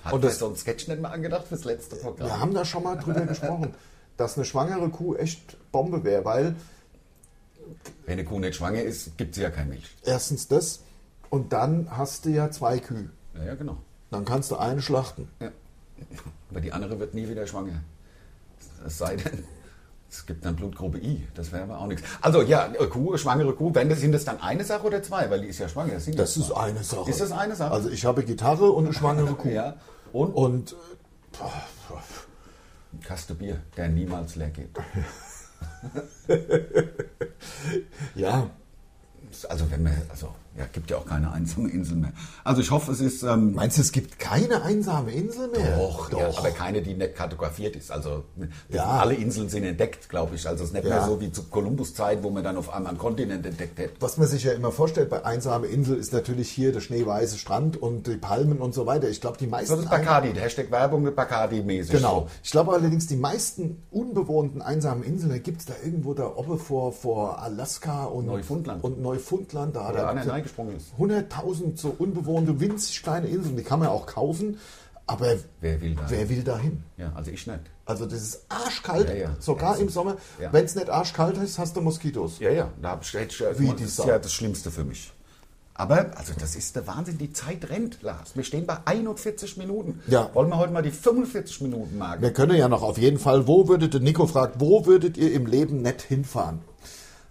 Hat
Und
Und
das-
das so ein Sketch nicht mal angedacht fürs letzte Programm.
Wir haben da schon mal drüber gesprochen, dass eine schwangere Kuh echt Bombe wäre, weil
Wenn eine Kuh nicht schwanger ist, gibt sie ja keine Milch.
erstens das und dann hast du ja zwei Kühe.
Ja, ja genau.
Dann kannst du eine schlachten.
Ja. Aber die andere wird nie wieder schwanger. Es sei denn, es gibt dann Blutgruppe I. Das wäre aber auch nichts. Also ja, eine Kuh, eine schwangere Kuh, wenn das, sind das dann eine Sache oder zwei? Weil die ist ja schwanger. Das, sind ja
Das ist
zwei.
eine Sache.
Ist das eine Sache?
Also ich habe Gitarre und eine schwangere Kuh.
Ja. Und,
Und äh, boah, boah,
ein Kasten Bier, der niemals leer geht.
ja,
Also wenn man, also ja, gibt ja auch keine einzelne Insel mehr. Also ich hoffe, es ist ähm,
meinst du, es gibt keine einsame Insel mehr?
Doch, Ja, aber keine, die nicht kartografiert ist. Also das
Ja.
sind- alle Inseln sind entdeckt, glaube ich. Also es ist nicht
Ja.
mehr so wie zu Kolumbus-Zeit, wo man dann auf einmal einen Kontinent entdeckt hätte.
Was man sich ja immer vorstellt bei einsame Insel ist natürlich hier der schneeweiße Strand und die Palmen und so weiter. Ich glaube, die meisten
Das ist Bacardi, der Hashtag Werbung mit Bacardi-mäßig.
Genau. Ich glaube allerdings, die meisten unbewohnten einsamen Inseln gibt es da irgendwo da oben vor, vor Alaska und
Neufundland.
Und Neufundland da.
So. Oder
da
einer hineingesprungen ist.
100.000 so unbewohnte, winzig kleine Inseln, die kann man auch kaufen, aber
Wer will da?
wer will da hin?
Ja, also ich nicht.
Also das ist arschkalt,
Ja, ja.
sogar
Ja,
im
so-
Sommer.
ja.
Wenn es nicht arschkalt ist, hast du Moskitos.
Ja, ja, da hab ich, hätte ich, ja-
Wie
das
die
ist
Sau.
ja das Schlimmste für mich. Aber, also das ist der Wahnsinn, die Zeit rennt, Lars. Wir stehen bei 41 Minuten.
Ja.
Wollen wir heute mal die 45 Minuten machen?
Wir können ja noch auf jeden Fall, wo würdet, Nico fragt, wo würdet ihr im Leben nicht hinfahren?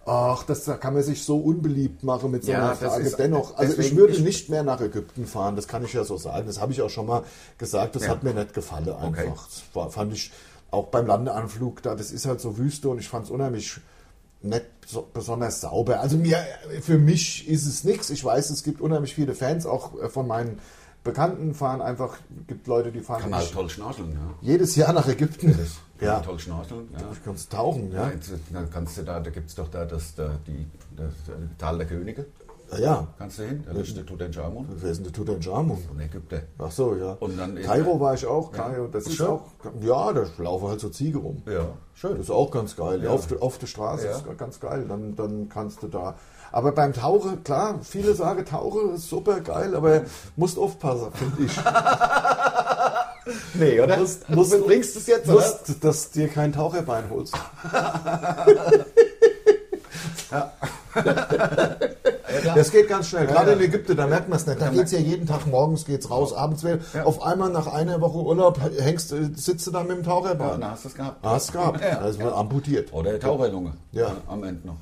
Ach, das, da kann man sich so unbeliebt machen mit so
Ja,
einer
das
Frage.
ist-
Dennoch, also ich
deswegen-
würde
ich-
nicht mehr nach Ägypten fahren, das kann ich ja so sagen. Das habe ich auch schon mal gesagt, das
Ja.
hat mir nicht gefallen einfach.
Okay.
Das war, fand ich auch beim Landeanflug da, das ist halt so Wüste und ich fand es unheimlich nicht so, besonders sauber. Also mir, für mich ist es nichts. Ich weiß, es gibt unheimlich viele Fans, auch äh, von meinen Bekannten fahren einfach, gibt Leute, die fahren
Kann man
nicht-
halt toll schnorcheln, ja.
jedes Jahr nach Ägypten.
Kann
Ja,
man toll schnorcheln, ja.
du kannst tauchen,
Ja,
ja.
jetzt, dann kannst du da, da gibt es doch da das, da, die, das äh, Tal der Könige.
Ja, ja.
Kannst du hin? Da ist der Tutanchamun
Wer ist denn der Tutanchamun?
von Ägypter.
Ach so, ja.
Und dann-
Kairo war ich auch.
Ja.
Kairo, das
Ist
ist
schön.
auch, ja, da laufen halt so Ziege rum.
Ja,
Das
schön.
ist auch ganz geil. Ja. Auf, der- auf der Straße
Ja.
ist ganz geil. Dann, dann kannst du da. Aber beim Tauchen, klar, viele sagen Tauchen ist super geil, aber musst aufpassen, finde ich.
Nee, oder?
Musst-
du
musst-
bringst es jetzt, oder?
Musst, dass dir kein Taucherbein holst.
klar.
das geht ganz schnell. Gerade
ja.
in Ägypten, da merkt man es nicht. Da geht es ja jeden Tag morgens geht's raus, abends wieder. Auf einmal nach einer Woche Urlaub hängst, äh, sitzt du da mit dem Taucherbein.
Dann hast du es gehabt.
Hast gehabt.
Ja.
Also amputiert.
Oder Taucherlunge.
Ja.
Am Ende noch.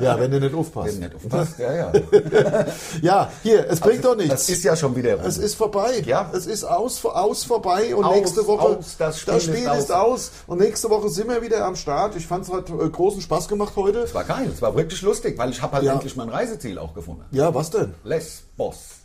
Ja, wenn du nicht
Wenn
aufpasst.
nicht aufpasst. Ja, ja.
Ja, hier, es bringt doch nichts.
Das ist ja schon wieder rum.
Es ist vorbei.
Ja.
Es ist aus, aus vorbei und
Aus,
nächste Woche
aus, das Spiel ist
ist aus und nächste Woche sind wir wieder am Start. Ich fand es hat äh, großen Spaß gemacht heute.
Es war geil. Es war wirklich lustig, weil ich habe halt
Ja.
endlich mein Reiseziel auch gefunden.
Ja, was denn?
Lesbos.